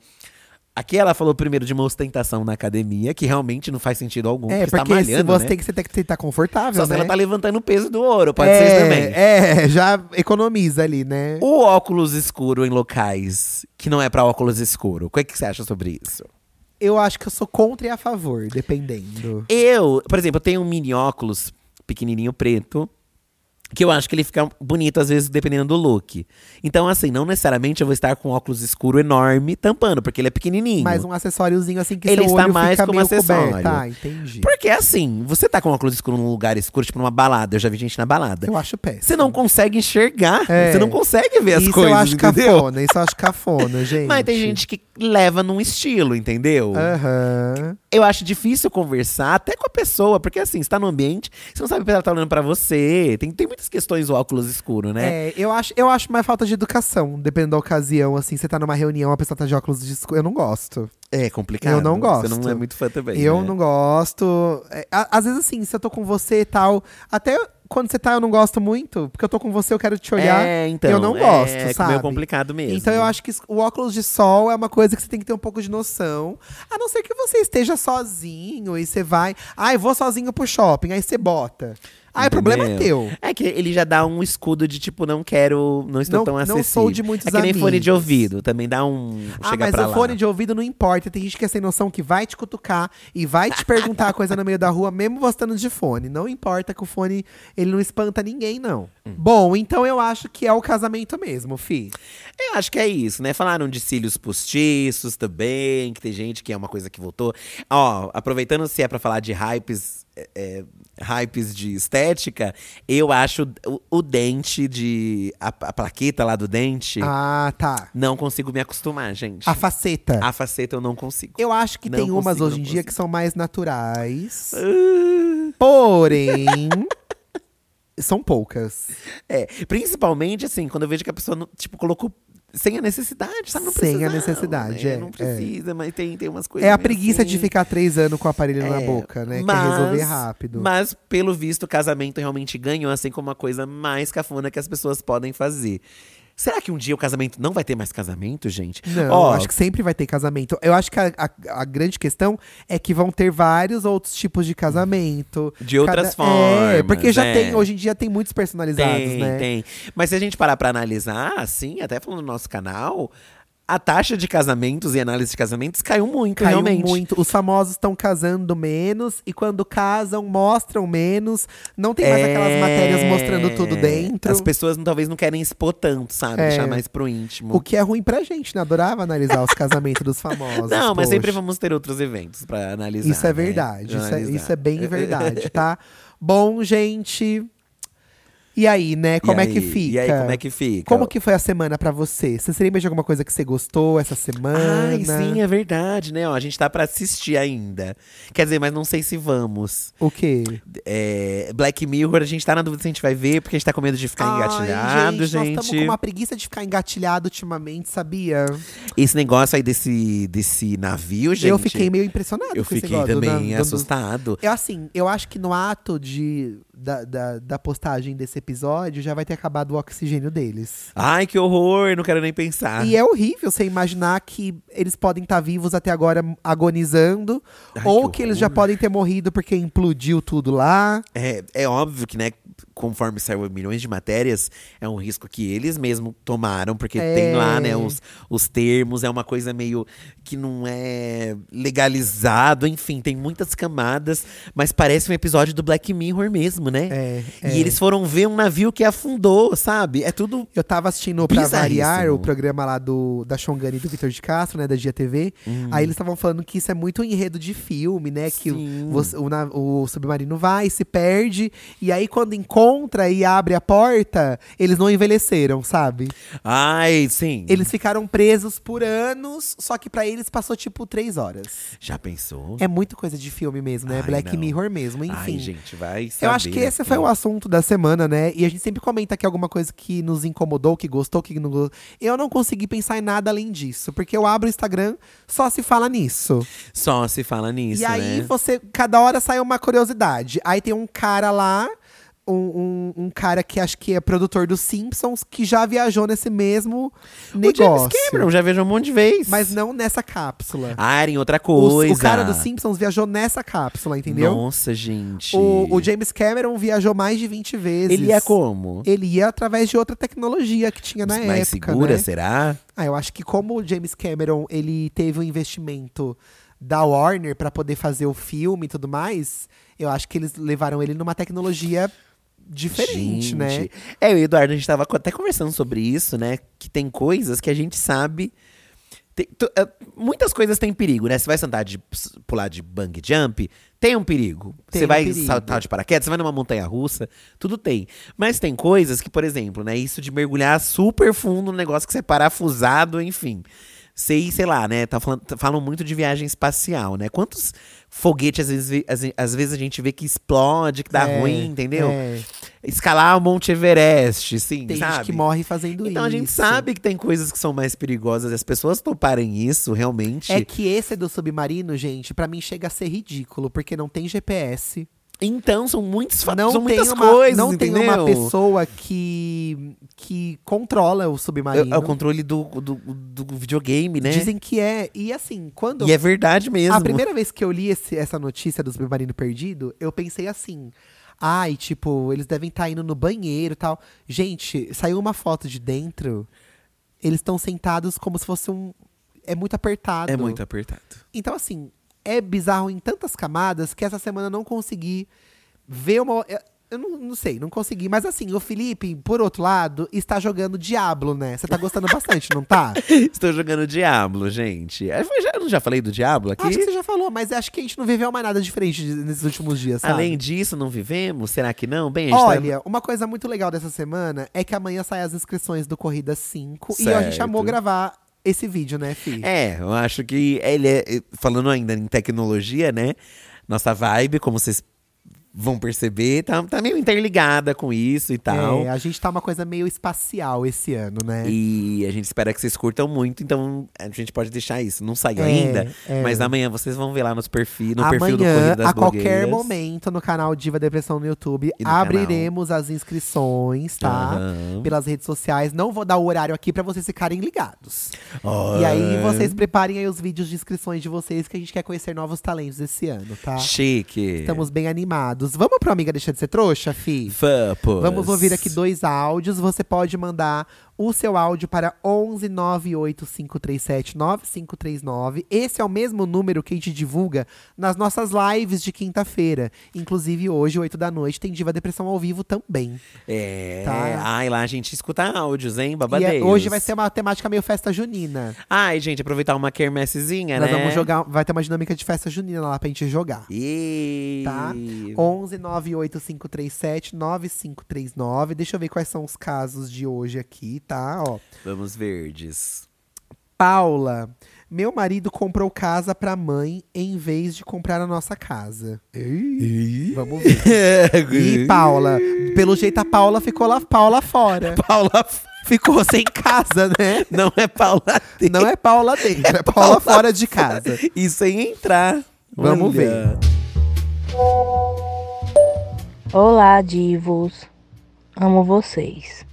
S2: Aqui ela falou primeiro de uma ostentação na academia, que realmente não faz sentido algum.
S1: É,
S2: você tá
S1: porque se
S2: malhando,
S1: você
S2: né?
S1: tem que você tem que estar confortável,
S2: Só se
S1: né?
S2: ela tá levantando o peso do ouro, pode
S1: é,
S2: ser isso também.
S1: É, já economiza ali, né?
S2: O óculos escuro em locais que não é pra óculos escuro. O que, é que você acha sobre isso?
S1: Eu acho que eu sou contra e a favor, dependendo.
S2: Eu, por exemplo, eu tenho um mini óculos pequenininho preto. Que eu acho que ele fica bonito, às vezes, dependendo do look. Então, assim, não necessariamente eu vou estar com um óculos escuro enorme tampando, porque ele é pequenininho.
S1: Mas um acessóriozinho assim que
S2: Ele
S1: seu
S2: está
S1: olho
S2: mais
S1: fica
S2: como
S1: meio
S2: acessório.
S1: coberto. Tá, entendi.
S2: Porque, assim, você tá com um óculos escuro num lugar escuro, tipo numa balada. Eu já vi gente na balada.
S1: Eu acho péssimo.
S2: Você não consegue enxergar.
S1: É.
S2: Você não consegue ver as
S1: isso
S2: coisas,
S1: eu acho
S2: entendeu?
S1: cafona, isso eu acho cafona, gente. É.
S2: Mas tem gente que leva num estilo, entendeu?
S1: Aham.
S2: eu acho difícil conversar até com a pessoa, porque assim, você tá no ambiente, você não sabe se ela tá olhando pra você. Tem, tem muitas questões o óculos escuro, né?
S1: É, eu acho, eu acho mais falta de educação, dependendo da ocasião, assim, você tá numa reunião, a pessoa tá de óculos de escuro, eu não gosto.
S2: É, complicado.
S1: Eu não
S2: Você
S1: gosto.
S2: não é muito fã também.
S1: eu
S2: né?
S1: não gosto. É, a- às vezes, assim, se eu tô com você e tal. Até quando você tá, eu não gosto muito, porque eu tô com você, eu quero te olhar.
S2: É, então.
S1: eu não
S2: é,
S1: gosto,
S2: é
S1: sabe?
S2: meio complicado mesmo.
S1: Então eu acho que o óculos de sol é uma coisa que você tem que ter um pouco de noção. A não ser que você esteja sozinho e você vai. Ai, vou sozinho pro shopping, aí você bota. Ai, o problema é
S2: Entendeu?
S1: teu.
S2: É que ele já dá um escudo de tipo, não quero, não estou
S1: Não-
S2: tão
S1: não sou
S2: acessível.
S1: de muitos
S2: É que nem fone
S1: amigos.
S2: de ouvido, também dá um.
S1: Ah,
S2: chega
S1: mas
S2: pra
S1: o
S2: lá.
S1: fone de ouvido não importa. Tem gente que é sem noção que vai te cutucar e vai te perguntar coisa no meio da rua, mesmo você estando de fone. Não importa que o fone, ele não espanta ninguém, não.
S2: Hum.
S1: Bom, então eu acho que é o casamento mesmo, Fi.
S2: Eu acho que é isso, né? Falaram de cílios postiços também, que tem gente que é uma coisa que voltou. Ó, aproveitando se é pra falar de hypes, é, é, hypes de estética, eu acho o, o dente de. A, a plaqueta lá do dente,
S1: Ah, tá.
S2: não consigo me acostumar, gente.
S1: A
S2: A,
S1: faceta.
S2: faceta eu não consigo.
S1: Eu acho que
S2: Não
S1: tem umas
S2: consigo,
S1: hoje em
S2: não
S1: dia
S2: consigo.
S1: que são mais naturais.
S2: Ah.
S1: Porém. são poucas.
S2: É, principalmente assim, quando eu vejo que a pessoa, não- tipo, colocou sem a necessidade, sabe? Não
S1: Sem a
S2: precisava,
S1: necessidade,
S2: né?
S1: é,
S2: Não
S1: é.
S2: precisa, mas tem, tem umas coisas.
S1: É a
S2: meio
S1: preguiça
S2: assim.
S1: de ficar três anos com o aparelho na
S2: É,
S1: boca, né? Quer
S2: mas-
S1: resolver rápido.
S2: Mas, pelo visto, o casamento realmente ganhou, assim, como uma coisa mais cafona que as pessoas podem fazer. Será que um dia o casamento não vai ter mais casamento, gente?
S1: Não,
S2: Ó,
S1: acho que sempre vai ter casamento. Eu acho que a, a- a grande questão é que vão ter vários outros tipos de casamento.
S2: De outras
S1: É,
S2: formas,
S1: porque já
S2: é.
S1: tem, hoje em dia tem muitos personalizados,
S2: tem,
S1: né?
S2: tem. Mas se a gente parar pra analisar, assim, até falando no nosso canal, a taxa de casamentos e análise de casamentos caiu muito,
S1: Caiu
S2: realmente.
S1: muito. Os famosos estão casando menos e quando casam, mostram menos. Não tem mais aquelas
S2: É.
S1: matérias mostrando tudo dentro.
S2: As pessoas não- talvez não querem expor tanto, sabe?
S1: É.
S2: Deixar mais pro íntimo.
S1: O que é ruim pra gente, né? Adorava analisar os casamentos dos famosos.
S2: Não, mas sempre
S1: poxa.
S2: vamos ter outros eventos pra analisar.
S1: Isso é
S2: né?
S1: verdade. Isso é,
S2: Analisar.
S1: isso é bem verdade, tá? Bom, gente. E aí, né? Como
S2: E
S1: é que
S2: aí?
S1: fica?
S2: E aí, como é que fica?
S1: Como que foi a semana pra você? Você se lembra de alguma coisa que você gostou essa semana?
S2: Ai, sim, é verdade, né? Ó, a gente tá pra assistir ainda. Quer dizer, mas não sei se vamos.
S1: O quê?
S2: É, Black Mirror, a gente tá na dúvida se a gente vai ver, porque a gente tá com medo de ficar engatilhado,
S1: Ai, gente. Nós
S2: gente.
S1: estamos com uma preguiça de ficar engatilhado ultimamente, sabia?
S2: Esse negócio aí desse, desse navio, gente.
S1: eu fiquei meio impressionado
S2: eu
S1: com esse
S2: fiquei
S1: negócio. do na- do-
S2: também
S1: do-
S2: assustado.
S1: É assim, eu acho que no ato de, da, da, da postagem desse episódio já vai ter acabado o oxigênio deles.
S2: Ai, que horror, não quero nem pensar.
S1: E é horrível você imaginar que eles podem estar vivos até agora agonizando,
S2: Ai,
S1: ou
S2: que
S1: que eles já podem ter morrido porque implodiu tudo lá.
S2: É, é óbvio que, né, conforme saiu milhões de matérias, é um risco que eles mesmos tomaram, porque
S1: É.
S2: tem lá, né, os, os termos, é uma coisa meio que não é legalizado, enfim, tem muitas camadas, mas parece um episódio do Black Mirror mesmo, né?
S1: É,
S2: E eles foram ver um navio que afundou, sabe? É tudo.
S1: Eu tava assistindo pra
S2: Bizarríssimo.
S1: variar o programa lá do, da Xongani e do Vitor de Castro, né? Da Dia TV.
S2: Hum.
S1: Aí eles estavam falando que isso é muito enredo de filme, né? Que o-
S2: Sim.
S1: você- o, na- o submarino vai, se perde, e aí quando encontra encontra e abre a porta, eles não envelheceram, sabe?
S2: Hum. Ai, sim.
S1: Eles ficaram presos por anos, só que pra eles passou tipo três horas.
S2: Já pensou?
S1: É muito coisa de filme mesmo, né?
S2: Ai,
S1: Black
S2: não.
S1: Mirror mesmo, enfim.
S2: Ai, gente, vai saber.
S1: Eu acho que esse
S2: né?
S1: foi o assunto da semana, né? E a gente sempre comenta aqui alguma coisa que nos incomodou, que gostou, que não gostou. Eu não consegui pensar em nada além disso, porque eu abro o Instagram, só se fala nisso.
S2: Só se fala nisso,
S1: e aí
S2: né?
S1: você, cada hora sai uma curiosidade. Aí tem um cara lá, um, um- um cara que acho que é produtor dos Simpsons, que já viajou nesse mesmo um negócio.
S2: O James Cameron, já vejo um monte de vez.
S1: Mas não nessa cápsula.
S2: Ah, é. era em outra
S1: O,
S2: coisa.
S1: o cara dos Simpsons viajou nessa cápsula, entendeu?
S2: Nossa, gente.
S1: O, o James Cameron viajou mais de 20 vezes.
S2: Ele ia como?
S1: Ele ia através de outra tecnologia que tinha na
S2: Mais
S1: época.
S2: segura, assim?
S1: né?
S2: será?
S1: Ah, eu acho que como o James Cameron ele teve um investimento da Warner pra poder fazer o filme e tudo mais, eu acho que eles levaram ele numa tecnologia diferente,
S2: Gente.
S1: né?
S2: É, eu e o Eduardo, a gente tava co- até conversando sobre isso, né? Que tem coisas que a gente sabe. tem- tu- é, muitas coisas têm perigo, né? Você vai saltar de ps- pular de bang jump, tem um perigo.
S1: Tem
S2: você
S1: um
S2: vai
S1: perigo.
S2: saltar de paraquedas, você vai numa montanha russa, tudo tem. Mas tem coisas que, por exemplo, né? Isso de mergulhar super fundo num negócio que você é parafusado, enfim. Sei, sei lá, né? Tá falando, tá- falam muito de viagem espacial, né? Quantos foguetes às vezes, vi- às, às vezes a gente vê que explode, que dá
S1: É,
S2: ruim, entendeu?
S1: É,
S2: escalar o Monte Everest, sim,
S1: tem
S2: sabe?
S1: gente que morre fazendo isso.
S2: então a gente sabe que tem coisas que são mais perigosas e as pessoas toparem isso realmente.
S1: É que esse do submarino, gente, pra mim chega a ser ridículo, porque não tem GPS.
S2: Então são muitos fatos,
S1: não
S2: são
S1: tem
S2: muitas
S1: uma,
S2: coisas,
S1: não
S2: entendeu?
S1: tem uma pessoa que que controla o
S2: É,
S1: submarino.
S2: é o controle do, do, do videogame, né?
S1: Dizem que é e assim quando
S2: E é verdade mesmo.
S1: a primeira vez que eu li esse- essa notícia do submarino perdido, eu pensei assim. Ai, tipo, eles devem estar indo no banheiro e tal. Gente, saiu uma foto de dentro. Eles estão sentados como se fosse um. É muito apertado.
S2: É muito apertado.
S1: Então, assim, é bizarro em tantas camadas que essa semana eu não consegui ver uma. eu- Eu não, não sei, não consegui. Mas assim, o Felipe, por outro lado, está jogando Diablo, né? Você tá gostando bastante, não tá?
S2: Estou jogando Diablo, gente. Eu já, eu não já falei do Diablo aqui?
S1: Acho que você já falou, mas acho que a gente não viveu mais nada diferente de- nesses últimos dias, sabe?
S2: Além disso, não vivemos? Será que não? Bem, a gente tá-
S1: Olha, uma coisa muito legal dessa semana é que amanhã saem as inscrições do Corrida 5. E a gente
S2: Certo.
S1: amou gravar esse vídeo, né, Fih?
S2: É, eu acho que ele é. Falando ainda em tecnologia, né? Nossa vibe, como vocês vão perceber, tá, tá meio interligada com isso e tal.
S1: É, a gente tá uma coisa meio espacial esse ano, né?
S2: E a gente espera que vocês curtam muito, então a gente pode deixar isso. Não saiu
S1: É,
S2: ainda,
S1: é.
S2: mas amanhã vocês vão ver lá nos perfis, no perfil do
S1: Amanhã,
S2: Corrida das
S1: a qualquer
S2: Blogueiras.
S1: momento, no canal Diva Depressão no YouTube,
S2: E no
S1: abriremos as inscrições, tá?
S2: Aham.
S1: Pelas redes sociais. Não vou dar o horário aqui pra vocês ficarem ligados.
S2: Ó,
S1: E aí, vocês preparem aí os vídeos de inscrições de vocês, que a gente quer conhecer novos talentos esse ano, tá?
S2: Chique.
S1: Estamos bem animados. Vamos pro Amiga Deixa de Ser Trouxa, fi?
S2: Vamos.
S1: Vamos ouvir aqui dois áudios. Você pode mandar o seu áudio para 11 98537 9539. Esse é o mesmo número que a gente divulga nas nossas lives de quinta-feira. Inclusive, hoje, 8 da noite, tem Diva Depressão ao vivo também.
S2: É.
S1: Tá.
S2: Ai, lá a gente escuta áudios, hein?
S1: E é-
S2: Babadeiros.
S1: hoje vai ser uma temática meio festa junina.
S2: Ai, gente, aproveitar uma quermessezinha,
S1: Nós
S2: né?
S1: vamos jogar, vai ter uma dinâmica de festa junina lá pra gente jogar.
S2: E...
S1: Tá? 11 98537 9539. Deixa eu ver quais são os casos de hoje aqui, tá? Ó.
S2: Vamos verdes.
S1: Paula, meu marido comprou casa pra mãe em vez de comprar a nossa casa. Vamos ver. E Paula, pelo jeito a Paula ficou lá, Paula fora.
S2: Paula.
S1: Ficou sem casa, né?
S2: Não é Paula.
S1: Não é Paula dentro, é Paula fora de casa.
S2: E sem é entrar.
S1: Vamos
S2: Olha.
S3: Olá, divos. Amo vocês.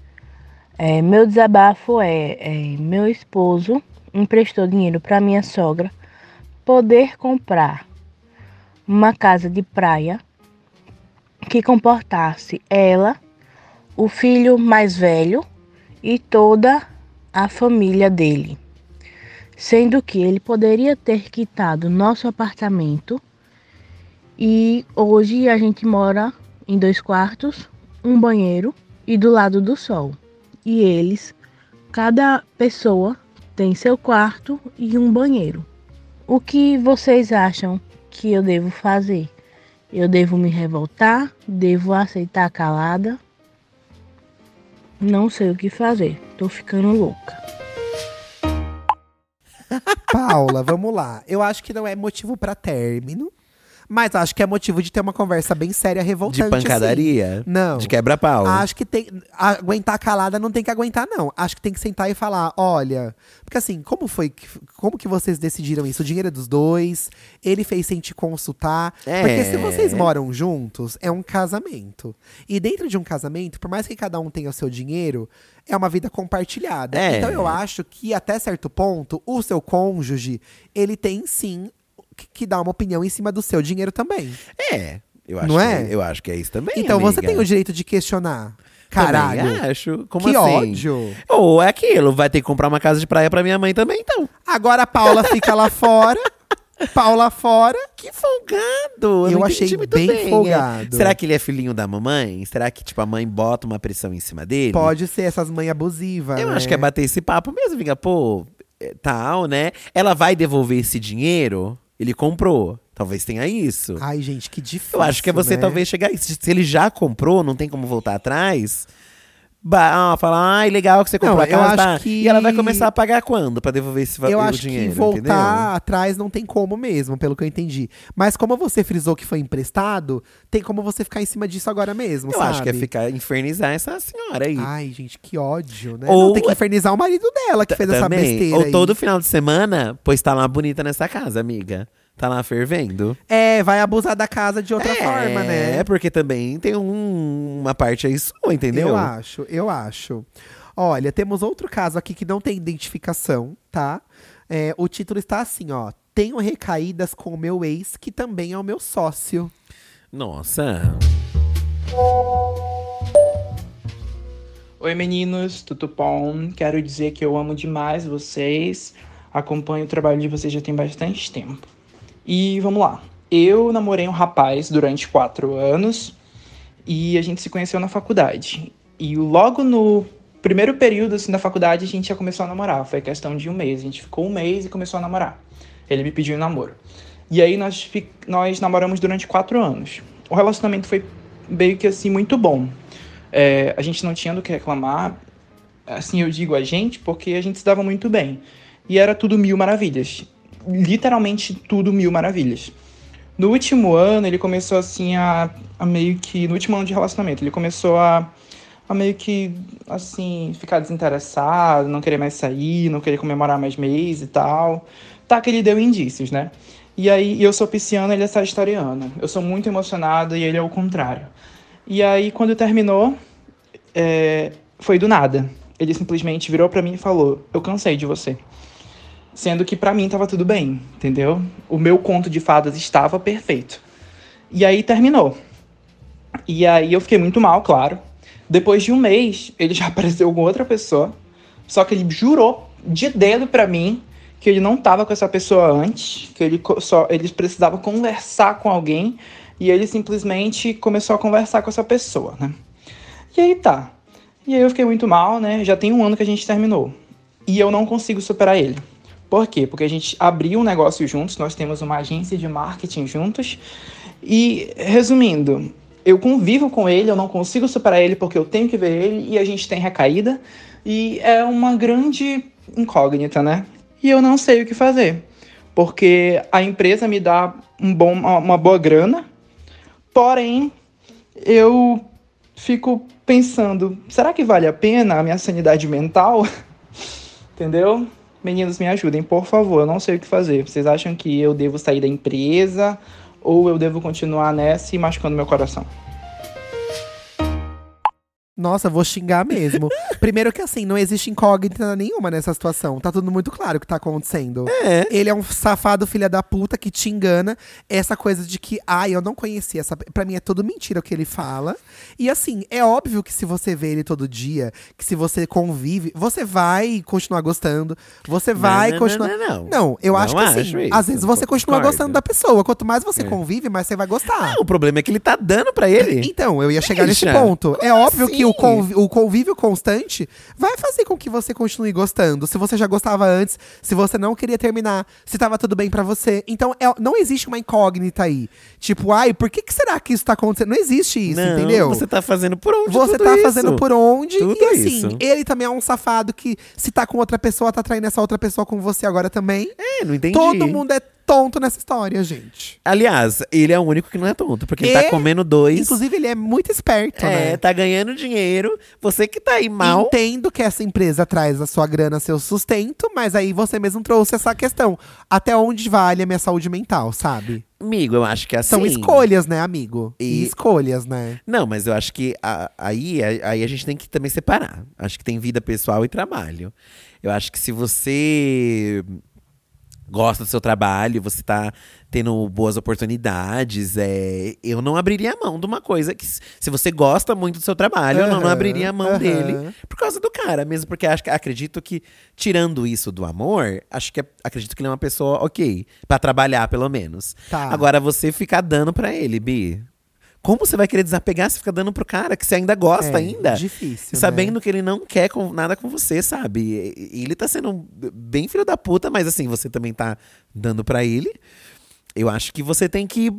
S3: É, meu desabafo é, é, meu esposo emprestou dinheiro para minha sogra poder comprar uma casa de praia que comportasse ela, o filho mais velho e toda a família dele. Sendo que ele poderia ter quitado nosso apartamento e hoje a gente mora em dois quartos, um banheiro e do lado do sol. E eles, cada pessoa tem seu quarto e um banheiro. O que vocês acham que eu devo fazer? Eu devo me revoltar? Devo aceitar calada? Não sei o que fazer. Tô ficando louca.
S1: Paula, vamos lá. Eu acho que não é motivo pra término, mas acho que é motivo de ter uma conversa bem séria, revoltante.
S2: De pancadaria?
S1: sim. assim. Não.
S2: De quebra-pau?
S1: Acho que tem. Aguentar calada não tem que aguentar, não. Acho que tem que sentar e falar: olha. Porque assim, como foi. que- Como que vocês decidiram isso? O dinheiro é dos dois, ele fez sem te consultar.
S2: É.
S1: Porque se vocês moram juntos, é um casamento. E dentro de um casamento, por mais que cada um tenha o seu dinheiro, é uma vida compartilhada.
S2: É.
S1: Então eu acho que até certo ponto, o seu cônjuge, ele tem sim que- que dar uma opinião em cima do seu dinheiro também.
S2: É. Eu acho
S1: Não
S2: que,
S1: é?
S2: Eu acho que é isso também.
S1: Então você
S2: amiga.
S1: tem o direito de questionar.
S2: Também é.
S1: Caralho.
S2: acho. Como
S1: que
S2: assim?
S1: ódio.
S2: Ou é aquilo, vai ter que comprar uma casa de praia pra minha mãe também, então.
S1: Agora a Paula fica lá fora. Paula fora.
S2: Que folgado!
S1: Eu
S2: não
S1: achei
S2: entendi muito
S1: bem
S2: bem
S1: folgado.
S2: é. Será que ele é filhinho da mamãe? Será que, tipo, a mãe bota uma pressão em cima dele?
S1: Pode ser essas mães abusivas.
S2: Eu
S1: né?
S2: acho que é bater esse papo mesmo, fica, pô, é, tal, né? Ela vai devolver esse dinheiro? Ele comprou. Talvez tenha isso.
S1: Ai, gente, que difícil.
S2: Eu acho que é você
S1: né?
S2: talvez chegar. Se se ele já comprou, não tem como voltar atrás. Ba ah, falar, ai, legal que você comprou
S1: Não,
S2: a
S1: eu
S2: casa.
S1: acho
S2: tá.
S1: que-
S2: E ela vai começar a pagar quando? Pra devolver esse va-
S1: Eu
S2: o
S1: acho
S2: dinheiro.
S1: que voltar
S2: entendeu?
S1: atrás não tem como mesmo, pelo que eu entendi. Mas como você frisou que foi emprestado, tem como você ficar em cima disso agora mesmo,
S2: Eu
S1: sabe?
S2: acho que é ficar infernizar essa senhora aí.
S1: Ai, gente, que ódio, né?
S2: Ou- é-
S1: não, tem que infernizar o marido dela que fez essa
S2: Também.
S1: besteira
S2: Ou
S1: aí.
S2: todo final de semana, pois tá lá bonita nessa casa, amiga. Tá lá fervendo.
S1: É, vai abusar da casa de outra forma, né?
S2: É, porque também tem um- uma parte aí sua, entendeu?
S1: Eu acho, eu acho. Olha, temos outro caso aqui que não tem identificação, tá? É, o título está assim, ó. Tenho recaídas com o meu ex, que também é o meu sócio.
S2: Nossa.
S4: Oi meninos, tudo bom? Quero dizer que eu amo demais vocês, acompanho o trabalho de vocês já tem bastante tempo. E vamos lá. Eu namorei um rapaz durante quatro anos e a gente se conheceu na faculdade. E logo no primeiro período assim, da faculdade a gente já começou a namorar. Foi questão de um mês. A gente ficou um mês e começou a namorar. Ele me pediu em namoro. E aí nós, fi- nós namoramos durante quatro anos. O relacionamento foi meio que assim muito bom. É, a gente não tinha do que reclamar. Assim, eu digo a gente, porque a gente se dava muito bem. E era tudo mil maravilhas. Literalmente tudo mil maravilhas. No último ano, ele começou assim a, a meio que. No último ano de relacionamento, ele começou a, a meio que, assim, ficar desinteressado, não querer mais sair, não querer comemorar mais mês e tal. Tá que ele deu indícios, né? E aí, e eu sou pisciana, ele é sagitariano. Eu sou muito emocionado e ele é o contrário. E aí, quando terminou, é, foi do nada. Ele simplesmente virou pra mim e falou: Eu cansei de você. Sendo que pra mim tava tudo bem, entendeu? O meu conto de fadas estava perfeito. E aí terminou. E aí eu fiquei muito mal, claro. Depois de um mês, ele já apareceu com outra pessoa. Só que ele jurou de dedo pra mim que ele não tava com essa pessoa antes, que ele co- só ele precisava conversar com alguém e ele simplesmente começou a conversar com essa pessoa, né? E aí tá. E aí eu fiquei muito mal, né? Já tem um ano que a gente terminou. E eu não consigo superar ele. Por quê? Porque a gente abriu um negócio juntos, nós temos uma agência de marketing juntos. E, resumindo, eu convivo com ele, eu não consigo superar ele porque eu tenho que ver ele e a gente tem recaída. E é uma grande incógnita, né? E eu não sei o que fazer. Porque a empresa me dá um bom, uma boa grana, porém eu fico pensando, será que vale a pena a minha sanidade mental? Entendeu? Meninos, me ajudem, por favor, eu não sei o que fazer. Vocês acham que eu devo sair da empresa ou eu devo continuar nessa e machucando meu coração?
S1: Nossa, vou xingar mesmo. Primeiro que assim, não existe incógnita nenhuma nessa situação. Tá tudo muito claro o que tá acontecendo.
S2: É.
S1: Ele é um safado filha da puta que te engana. Essa coisa de que, ai, eu não conhecia essa. pe-". Pra mim é tudo mentira o que ele fala. E assim, é óbvio que se você vê ele todo dia, que se você convive, você vai continuar gostando.
S2: Né,
S1: Você vai
S2: não,
S1: continuar.
S2: não, não, não.
S1: eu
S2: Não
S1: acho que
S2: acho
S1: assim,
S2: isso,
S1: às vezes você continua
S2: concordo. É.
S1: gostando da pessoa. Quanto mais você convive, mais você vai gostar.
S2: Ah, o problema é né? que ele tá dando pra ele.
S1: Então, eu ia chegar nesse
S2: Bicha,
S1: ponto. É óbvio que o
S2: assim?
S1: o, conv- o convívio constante vai fazer com que você continue gostando. Se você já gostava antes, se você não queria terminar, se tava tudo bem pra você. Então, é- não existe uma incógnita aí. Tipo, ai, por que, que será que isso tá acontecendo? Não existe isso,
S2: Não,
S1: entendeu?
S2: Você tá fazendo por onde?
S1: Você
S2: tudo
S1: tá
S2: isso?
S1: fazendo por onde?
S2: Tudo
S1: e assim,
S2: isso.
S1: ele também é um safado que, se tá com outra pessoa, tá traindo essa outra pessoa com você agora também.
S2: É, não entendi.
S1: Todo mundo é tonto nessa história, gente.
S2: Aliás, ele é o único que não é tonto, porque ele
S1: E-
S2: tá comendo dois.
S1: Inclusive, ele é muito esperto,
S2: é,
S1: né?
S2: tá ganhando dinheiro. Você que tá aí mal.
S1: Entendo que essa empresa traz a sua grana, seu sustento, mas aí você mesmo trouxe essa questão. Até onde vale a minha saúde mental, sabe?
S2: Amigo, eu acho que é assim.
S1: São escolhas, né, amigo? E,
S2: E-
S1: escolhas, né?
S2: Não, mas eu acho que a- aí, a- aí a gente tem que também separar. Acho que tem vida pessoal e trabalho. Eu acho que se você gosta do seu trabalho, você tá tendo boas oportunidades, é, eu não abriria a mão de uma coisa que, s- se você gosta muito do seu trabalho, eu não, não
S1: Aham,
S2: abriria a mão
S1: aham.
S2: dele por causa do cara, mesmo porque acho, que- acredito que, tirando isso do amor, acho que é- acredito que ele é uma pessoa ok, pra trabalhar pelo menos.
S1: Tá.
S2: Agora, você ficar dando pra ele, Bi. Como você vai querer desapegar se fica dando pro cara que você ainda gosta
S1: É,
S2: ainda? é
S1: Difícil.
S2: Sabendo
S1: né?
S2: que ele não quer com- nada com você, sabe? E- e Ele tá sendo bem filho da puta, mas assim, você também tá dando pra ele. Eu acho que você tem que.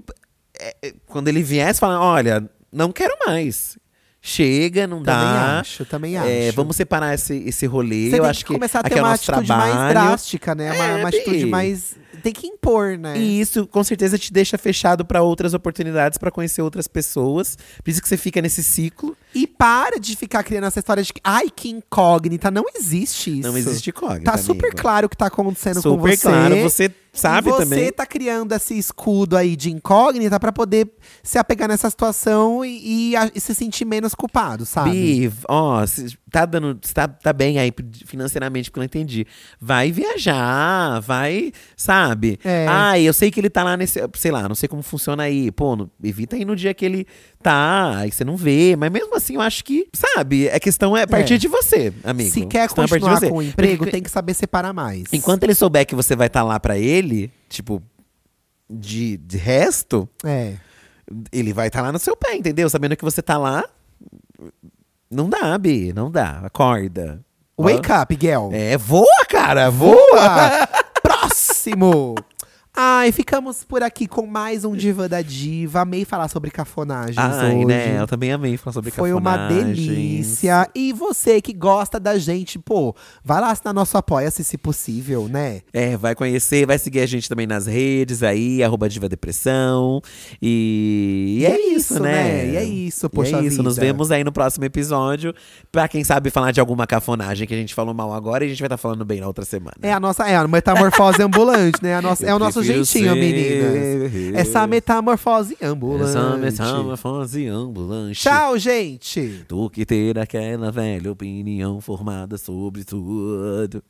S2: é, é, quando ele vier, você fala: olha, não quero mais. Chega, não
S1: Também
S2: dá.
S1: acho, também acho.
S2: É, vamos separar esse, esse rolê.
S1: Você tem
S2: Eu
S1: que
S2: acho que
S1: começar a
S2: aqui
S1: ter
S2: é o
S1: uma
S2: nosso
S1: atitude mais
S2: trabalho.
S1: drástica, né? Uma,
S2: É,
S1: uma
S2: Bi.
S1: atitude mais. Tem que impor, né?
S2: E isso com certeza te deixa fechado pra outras oportunidades, pra conhecer outras pessoas. Por isso que você fica nesse ciclo.
S1: E para de ficar criando essa história de que, ai, que incógnita. Não existe isso.
S2: Não existe cógnita.
S1: Tá super
S2: amigo.
S1: claro o que tá acontecendo com
S2: Super
S1: você.
S2: claro, você sabe
S1: e você
S2: também.
S1: tá criando esse escudo aí de incógnita pra poder se apegar nessa situação e, e a- e se sentir menos culpado, sabe?
S2: Bi, ó, se tá dando. se Tá, tá bem aí financeiramente, porque eu não entendi. Vai viajar, vai, sabe?
S1: É.
S2: Ai, eu sei que ele tá lá nesse. Sei lá, não sei como funciona aí. Pô, não- evita aí no dia que ele tá, aí você não vê. Mas mesmo assim, eu acho que, sabe, a questão é a partir
S1: É.
S2: de você, amigo.
S1: se quer
S2: Questão é a partir de
S1: continuar
S2: você.
S1: com o emprego, tem que saber separar mais.
S2: Enquanto ele souber que você vai estar lá pra ele, tipo, de, de resto,
S1: É.
S2: ele vai estar lá no seu pé, entendeu? Sabendo que você tá lá. Não dá, Bi, não dá. Acorda.
S1: Wake up, girl.
S2: É, voa, cara, voa!
S1: Ah, Próximo! Ai, ficamos por aqui com mais um Diva da Diva. Amei falar sobre cafonagens
S2: Ai,
S1: hoje.
S2: né? Eu também amei falar sobre
S1: Foi uma
S2: cafonagens.
S1: delícia. E você que gosta da gente, pô, vai lá assinar nosso Apoia-se, se possível, né?
S2: É, vai conhecer, vai seguir a gente também nas redes aí, arroba Diva Depressão. E, e é, isso, né?
S1: E é isso, poxa
S2: e é isso, nos
S1: vida.
S2: vemos aí no próximo episódio. Pra quem sabe falar de alguma cafonagem que a gente falou mal agora e a gente vai estar falando bem na outra semana.
S1: É a nossa, é a metamorfose ambulante, né? A nossa,
S2: Eu
S1: é o nosso
S2: prefiro
S1: jeitinho,
S2: ser-
S1: meninas. Essa metamorfose ambulante.
S2: Essa metamorfose ambulante.
S1: Tchau, gente!
S2: Do que ter aquela velha opinião formada sobre tudo.